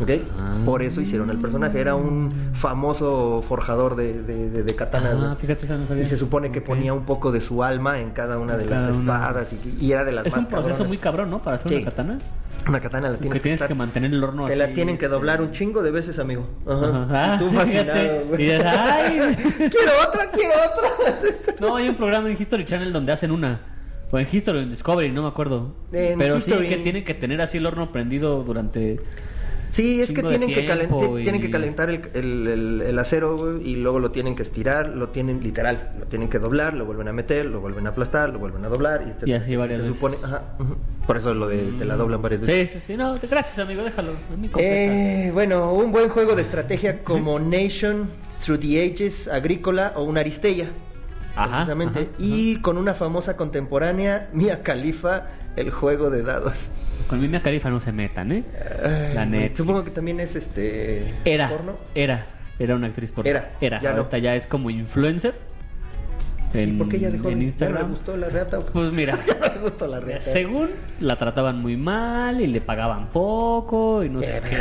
¿Ok?
Ah.
Por eso hicieron el personaje. Era un famoso forjador de, de, de- de katanas.
Ah,
¿no?
fíjate, esa no sabía.
y se supone que
Ok.
ponía un poco de su alma en cada una de
Cada
las
una.
espadas y, y era de las
Es
más
un proceso
cabronas.
muy cabrón, ¿no? Para hacer
Sí.
una katana.
Una katana la
Porque
tienes que,
tienes
estar-
que mantener el horno
Te
así,
la tienen que
este.
doblar un chingo de veces, amigo. Ajá.
Ajá.
Y tú
Ah,
fascinado,
<laughs> fíjate.
güey.
Y dices, "Ay".
<laughs> quiero otra, quiero otra.
<laughs> No, hay un programa en History Channel donde hacen una. O en History, o en Discovery, no me acuerdo.
En
Pero
History.
sí que tienen que tener así el horno prendido durante.
Sí, es que
Chingo de
tienen que,
tiempo
calen-
y-
tienen que calentar el, el- el- el acero güey, y luego lo tienen que estirar, lo tienen literal, lo tienen que doblar, lo vuelven a meter, lo vuelven a aplastar, lo vuelven a doblar. Y, etcétera.
así varias
Se
veces. Mm.
supone, ajá, ujú. Por eso lo de te la doblan varias veces.
Sí, sí, sí. No, gracias, amigo, déjalo. es mi completa.
Eh, bueno, un buen juego de estrategia como Nation, Through the Ages, Agrícola o una Aristella.
Ajá,
precisamente.
ajá, ajá.
y con una famosa contemporánea, Mia Khalifa, el juego de dados.
Con Mimia Califa no se metan, ¿eh?
Ay,
La
güey,
Netflix.
Supongo que también es este.
Era,
porno.
era, era una actriz porno.
Era,
era.
ya no.
ahorita ya es como influencer.
¿Y
En,
por qué ella dejó? de- ¿Ya
en
no
Instagram?
le gustó la reata? o qué?
Pues mira,
<laughs> ya no le gustó la reata.
según la trataban muy mal y le pagaban poco y no sé qué.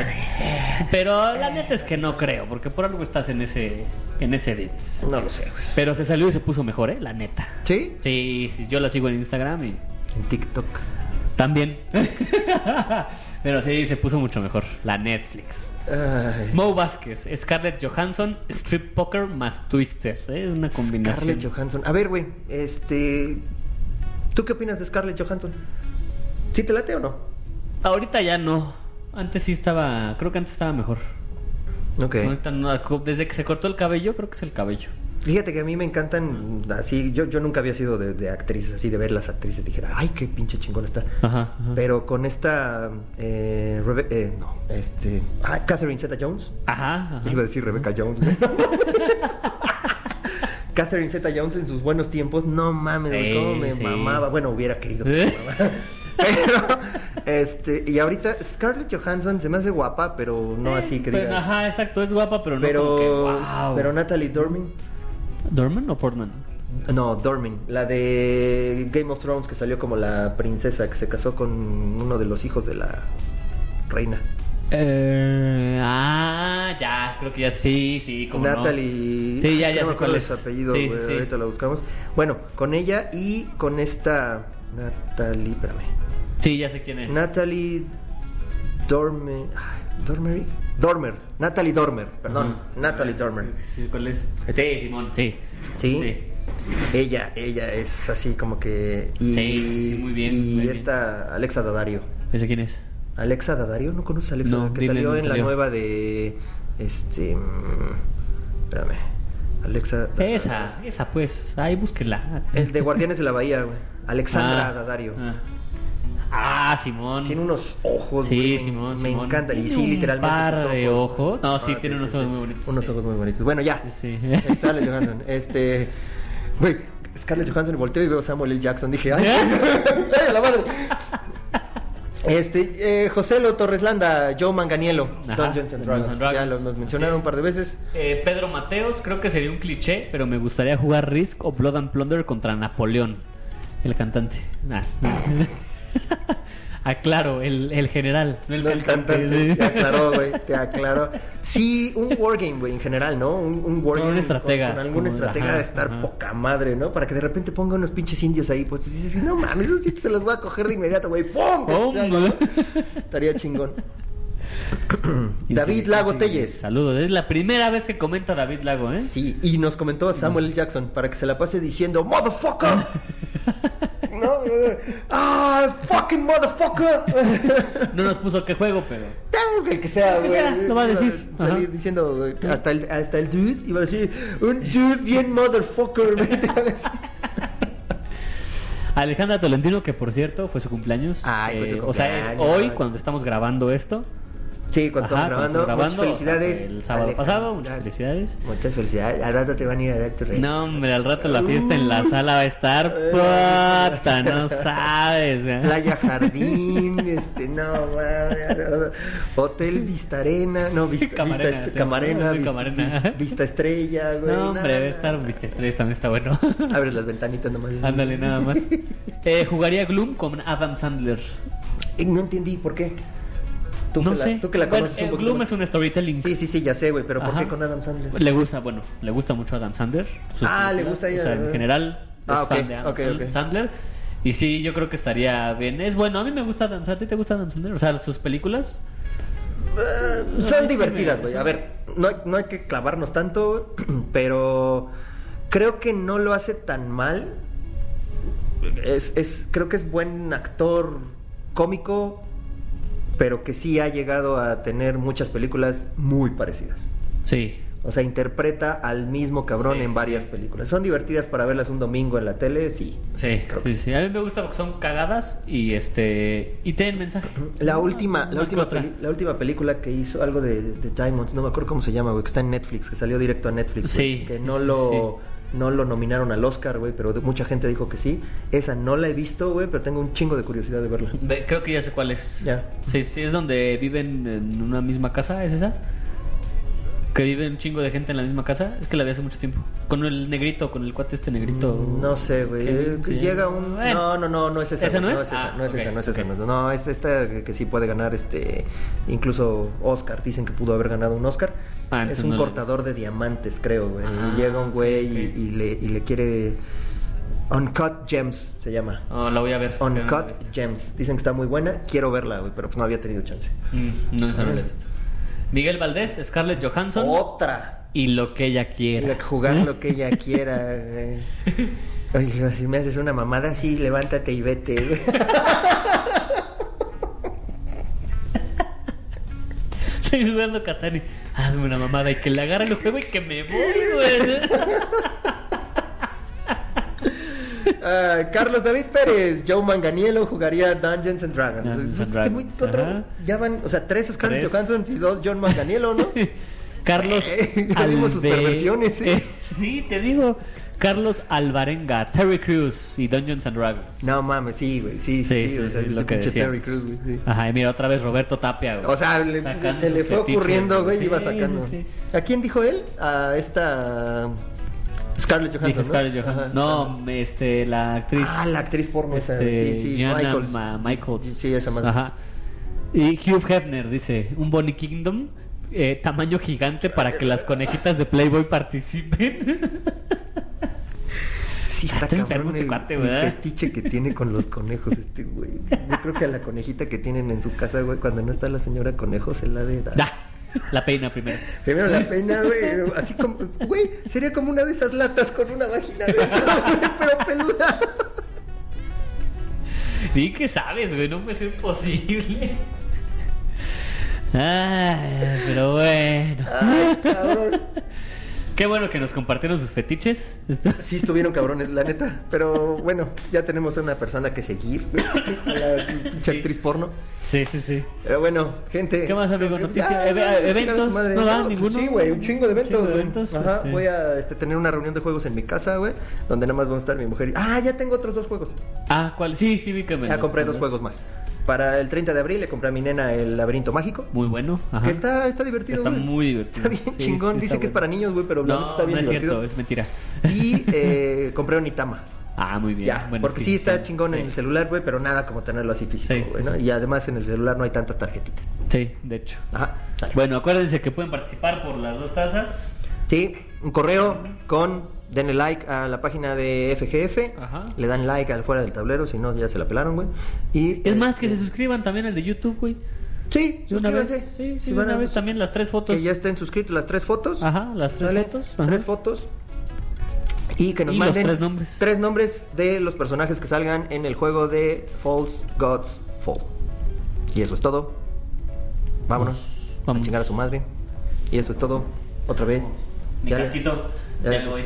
Pero la neta es que no creo, porque por algo estás en ese en ese business.
No lo sé, güey.
Pero se salió y se puso mejor, ¿eh? La neta.
¿Sí?
Sí, sí, yo la sigo en Instagram y
En TikTok.
también. <laughs> Pero sí, se puso mucho mejor. La Netflix.
Ay.
Mo Vázquez, Scarlett Johansson, Strip Poker más Twister. ¿eh? una combinación.
Scarlett Johansson. A ver, güey, este. ¿Tú qué opinas de Scarlett Johansson? ¿Sí te late o no?
Ahorita ya no. Antes sí estaba. Creo que antes estaba mejor.
Ok.
Ahorita no, Desde que se cortó el cabello, creo que es el cabello.
Fíjate que a mí me encantan así. Yo, yo nunca había sido de, de actrices, así de ver las actrices. Dijera, ay, qué pinche chingón está.
Ajá. ajá.
Pero con esta. eh, Rebe- eh, no, este. ah, Catherine Zeta Jones.
Ajá. ajá.
Iba a decir Rebecca Jones, güey. <laughs> Catherine Zeta Jones en sus buenos tiempos, no mames, güey,
Sí,
cómo me
sí.
mamaba. Bueno, hubiera querido. que me
¿Eh?
mamara. Pero, este, y ahorita Scarlett Johansson se me hace guapa, pero no así que
Eh, Pero,
digas.
Ajá, exacto. Es guapa, pero no.
pero,
como que, wow.
pero Natalie Dormin,
¿Dorman o Portman?
No, Dormin. La de Game of Thrones que salió como la princesa que se casó con uno de los hijos de la reina.
Eh, ah, ya, creo que ya sí, sí, como
Natalie.
Sí, ya, ya
no me
sé cuál
acuerdo
es.
su apellido,
Sí, sí,
güey,
sí.
Ahorita la buscamos. Bueno, con ella y con esta. Natalie, espérame.
Sí, ya sé quién es.
Natalie Dorme. ay, Dormery. Dormer. Natalie Dormer, perdón.
Ujú.
Natalie Dormer.
Sí, ¿cuál es? Sí, Simón, sí.
¿Sí? Ella, ella es así como que. Y,
Sí, sí, muy bien,
Y
muy bien.
esta Alexa Daddario.
¿Ese quién es?
Alexa Daddario, ¿no conoces a Alexa?
No,
que
dime,
salió
no
en la
salió.
nueva de. Este. mm, Espérame. Alexa. Daddario.
Esa, esa pues, ahí búsquenla.
El de
<laughs>
Guardianes de la Bahía, güey. Alexandra
Ah,
Daddario.
Ah, Ah, Simón.
Tiene unos ojos, güey,
Sí,
me-
Simón,
Me
Simón.
encanta. Y
Tiene
sí,
un
literalmente.
par
sus
de ojos. No, sí, tiene unos ojos
sí.
muy bonitos,
Unos
sí.
ojos muy bonitos. Bueno, ya.
Sí.
Está Scarlett Johansson. Este. Güey, Scarlett Johansson volteo y veo a Samuel L. Jackson. Dije, ¡ay! <laughs> ¡Ay, a la madre! Este, eh, José Lo Torres Landa, Joe Manganiello,
Ajá,
Dungeons and Dragons.
Dungeons and Dragons.
Ya los, los mencionaron
Así
un par de veces.
<laughs> Eh, Pedro Mateos, creo que sería un cliché, pero me gustaría jugar Risk o Blood and Plunder contra Napoleón, el cantante. Nah, no. <laughs> Aclaro, el, el general, no el
No, el
cantante.
cantante,
sí.
Te aclaró, güey.
<laughs>
Te aclaró. Sí, un wargame, güey, en general, ¿no? Un, un wargame.
un
con-
estratega.
Con, algún
Como-
estratega
ajá,
de estar
ajá.
poca madre, ¿no? Para que de repente ponga unos pinches indios ahí puestos. Y dices, no mames, esos sí se los voy a coger de inmediato, güey. ¡Pum!
¡Pum! <laughs>
¿no? Estaría chingón. David
Sí,
Lago
sí,
Telles.
Saludos, es la primera vez que comenta David Lago, ¿eh?
Sí, y nos comentó a Samuel
Mm.
L. Jackson para que se la pase diciendo ¡Motherfucker!
<laughs>
¿No? ¡Ah! ¡Fucking
<laughs>
motherfucker!
<laughs> No nos puso qué juego, pero.
Tal, que- que sea,
Que
güey.
sea, lo va a
Iba
decir.
Salir
Ajá.
diciendo, güey, que hasta el, hasta el dude iba a decir, un dude bien motherfucker, <laughs> güey, te iba a decir.
Alejandra Tolentino, que por cierto fue su cumpleaños. eh,
Ay, fue su
O sea, es
cumpleaños.
hoy cuando estamos grabando esto.
Sí, cuando
Ajá,
estamos grabando,
cuando estamos
muchas
grabando,
felicidades.
El sábado
Alejandra.
pasado, muchas felicidades.
Muchas felicidades. Al rato te van a ir a dar tu rey.
No, hombre, al rato la fiesta en
Uh.
la sala va a estar puta, no sabes. ¿eh?
Eh. Playa
<laughs>
Jardín, <laughs> este, no, mames. Hotel Vista Arena, no, Vista
Camarena,
Vista, este,
sí,
Camarena,
sí,
Vis-
Camarena.
Vis- Vista Estrella, güey.
No, hombre,
nada.
debe estar, viste, estrés también está bueno.
Abres las ventanitas nomás.
<laughs> Ándale,
<laughs>
nada más. Eh, jugaría Gloom con Adam Sandler.
Eh, No entendí por qué. Tú
no
que
sé.
La, tú que la
Bueno,
conoces
eh,
un poquito
Gloom
más.
es un storytelling.
Sí, sí, sí, ya sé, güey, pero ¿por
Ajá.
qué con Adam Sandler?
Le gusta, bueno, le gusta mucho Adam Sandler. sus
Ah, le
películas,
gusta
O
ella,
sea,
¿verdad?
en general,
Ah,
es
ok,
fan de Adam
ok,
Sandler-
ok.
Sandler. Y sí, yo creo que estaría bien. Es bueno, a mí me gusta Adam Sandler. ¿A ti te gusta Adam Sandler? O sea, sus películas.
Eh,
sí
Son
me-
divertidas, güey.
sí.
A ver, no, hay- no hay que clavarnos tanto, <clears throat> pero creo que no lo hace tan mal. Es, es, creo que es buen actor cómico, pero que sí ha llegado a tener muchas películas muy parecidas.
Sí.
O sea, interpreta al mismo cabrón
Sí,
en
sí,
varias
sí.
películas. Son divertidas para verlas un domingo en la tele, sí.
Sí,
Creo que
sí, sí. A mí me gusta porque son cagadas y este y tienen mensaje.
La última,
Más
la última,
que otra.
peli- la última película que hizo, algo de, de Diamonds, no me acuerdo cómo se llama, güey, que está en Netflix, que salió directo a Netflix. güey,
Sí,
Que
sí,
no
sí,
lo, no lo nominaron al Oscar, güey, pero de- mucha gente dijo que sí. Esa no la he visto, güey, pero tengo un chingo de curiosidad de verla.
Ve- Creo que ya sé cuál es.
Ya.
Sí, sí, es donde viven en una misma casa, ¿es esa? Que vive un chingo de gente en la misma casa. Es que la vi hace mucho tiempo. Con el negrito, con el cuate este negrito.
No sé, güey. eh,
Kevin,
que
se
Llega
llama.
un.
Bueno.
No, no, no, no es esa.
¿Esa
güey,
no
No es
es?
esa,
Ah,
no es
ok,
esa, no es esa.
ok.
no es esa. No, es esta que, que sí puede ganar, este. Incluso Oscar, dicen que pudo haber ganado un Oscar.
Ah,
es
entonces
un
no la he
cortador de diamantes, creo, güey.
Ah,
y llega un güey y-
ok.
y, le, y le quiere. Uncut Gems se llama.
No, la voy a ver. pero no la he
Uncut
visto.
Gems. Dicen que está muy buena. Quiero verla, güey, pero pues no había tenido chance.
Mm, no, esa no la he visto. Miguel Valdés, Scarlett Johansson
Otra.
y lo que ella quiera.
La- Oh. Jugar lo que
<laughs>
ella quiera, güey. Oye, si me haces una mamada, sí, levántate y vete, güey.
Estoy jugando Catán y hazme una mamada y que le agarre el juego y que me voy, güey.
Ah, Carlos David Pérez, Joe Manganiello jugaría Dungeons and Dragons.
Dungeons and
Este
Dragons,
muy- otro-
ajá.
ya van, o sea, tres Scarlett
Tres.
Johansson y dos John Manganiello, ¿no?
<laughs>
Eh,
Carlos
Ya vimos sus
Alve-
perversiones, ¿eh?
<laughs> sí, te digo. Carlos Alvarenga, Terry Crews y Dungeons and Dragons.
no mames, sí, güey, sí, sí, sí, o sea,
es
este pinche
decíamos.
Terry Crews, güey, sí.
Ajá, y mira, otra vez Roberto Tapia, güey.
O sea, le-
Ah. Sacando
se le
sus
fue
fetiches,
ocurriendo, güey,
Sí,
iba sacando.
sí, sí.
¿A quién dijo él? A esta Scarlett Johansson.
Dije Scarlett
¿no?
Johansson.
Ajá.
No, este, la actriz.
Ah, la actriz porno esa.
este,
Sí, sí,
Gianna
Michaels.
Ma- Michaels.
Sí, esa madre.
Ajá. Y Hugh Hefner dice, un Bonnie Kingdom, eh, tamaño gigante para que las conejitas de Playboy participen. <laughs>
Sí, está
Está enfermo
cabrón
este
el,
cuate,
el
¿verdad?
fetiche que tiene con los conejos este güey. Yo creo que a la conejita que tienen en su casa, güey, cuando no está la señora conejo se la de dar.
Da, la peina primero.
Primero la pena, güey, así como, güey, sería como una de esas latas con una vagina dentro, güey, pero peluda.
Di que sabes, güey, no puede ser posible. Ay, pero bueno.
Ay, cabrón.
Qué bueno que nos compartieron sus fetiches. Esto-
Sí estuvieron cabrones, la neta, pero bueno, ya tenemos a una persona que seguir, güey, a la pinche
Sí.
actriz porno.
Sí, sí, sí.
Pero bueno, gente.
¿Qué más, amigo?
Ya,
Noticia-
ya,
eve-
ya,
eventos,
chingar a su madre.
¿no va
pues
ninguno?
Sí, güey, un chingo de
Un
eventos.
chingo de
güey.
eventos,
Ajá,
este.
voy a este, tener una reunión de juegos en mi casa, güey, donde nada más van a estar mi mujer y... Ah, ya tengo otros dos juegos.
Ah, ¿cuál? Sí, sí, vi que me.
Ya
los-
compré dos juegos más. Para el 30 de abril le compré a mi nena el laberinto mágico.
Muy bueno. Ajá.
Que está, está divertido,
Está
güey.
muy
Está
divertido.
bien
Sí,
chingón.
sí,
Dice
está
que es
bueno.
para niños, güey, pero la
no,
neta está bien
no es
divertido.
cierto, es mentira.
Y eh, compré una Onitama.
<laughs> Ah, muy bien.
Ya,
Bueno,
porque sí está chingón en
sí.
el celular, güey, pero nada como tenerlo así físico,
Sí,
güey,
sí,
¿no?
sí.
Y además en el celular no hay tantas tarjetitas.
Sí, de hecho.
Ajá. Dale.
Bueno, acuérdense que pueden participar por las dos tazas.
Sí, un correo con denle like a la página de FGF,
Ajá.
le dan like al fuera del tablero, si no ya se la pelaron, güey. Y eh,
Es más, que se suscriban también al de YouTube, güey.
Sí,
De una vez.
suscríbanse.
Sí, sí,
Si
de
van
una
a-
vez también las tres fotos.
que ya estén suscritos las tres fotos.
Ajá, las tres
¿Sale?
fotos. ajá.
Tres fotos. Y que nos
Y los
manden
tres nombres.
tres nombres de los personajes que salgan en el juego de False Gods Fall. Y eso es todo. Vámonos.
Pues,
A
vamos.
chingar a su madre. Y eso es todo. Otra vez.
Mi
Ya le-
casquito.
Ya
Ya,
le-
me voy.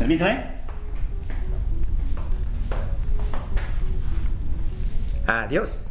Permiso, ¿eh?
Adiós.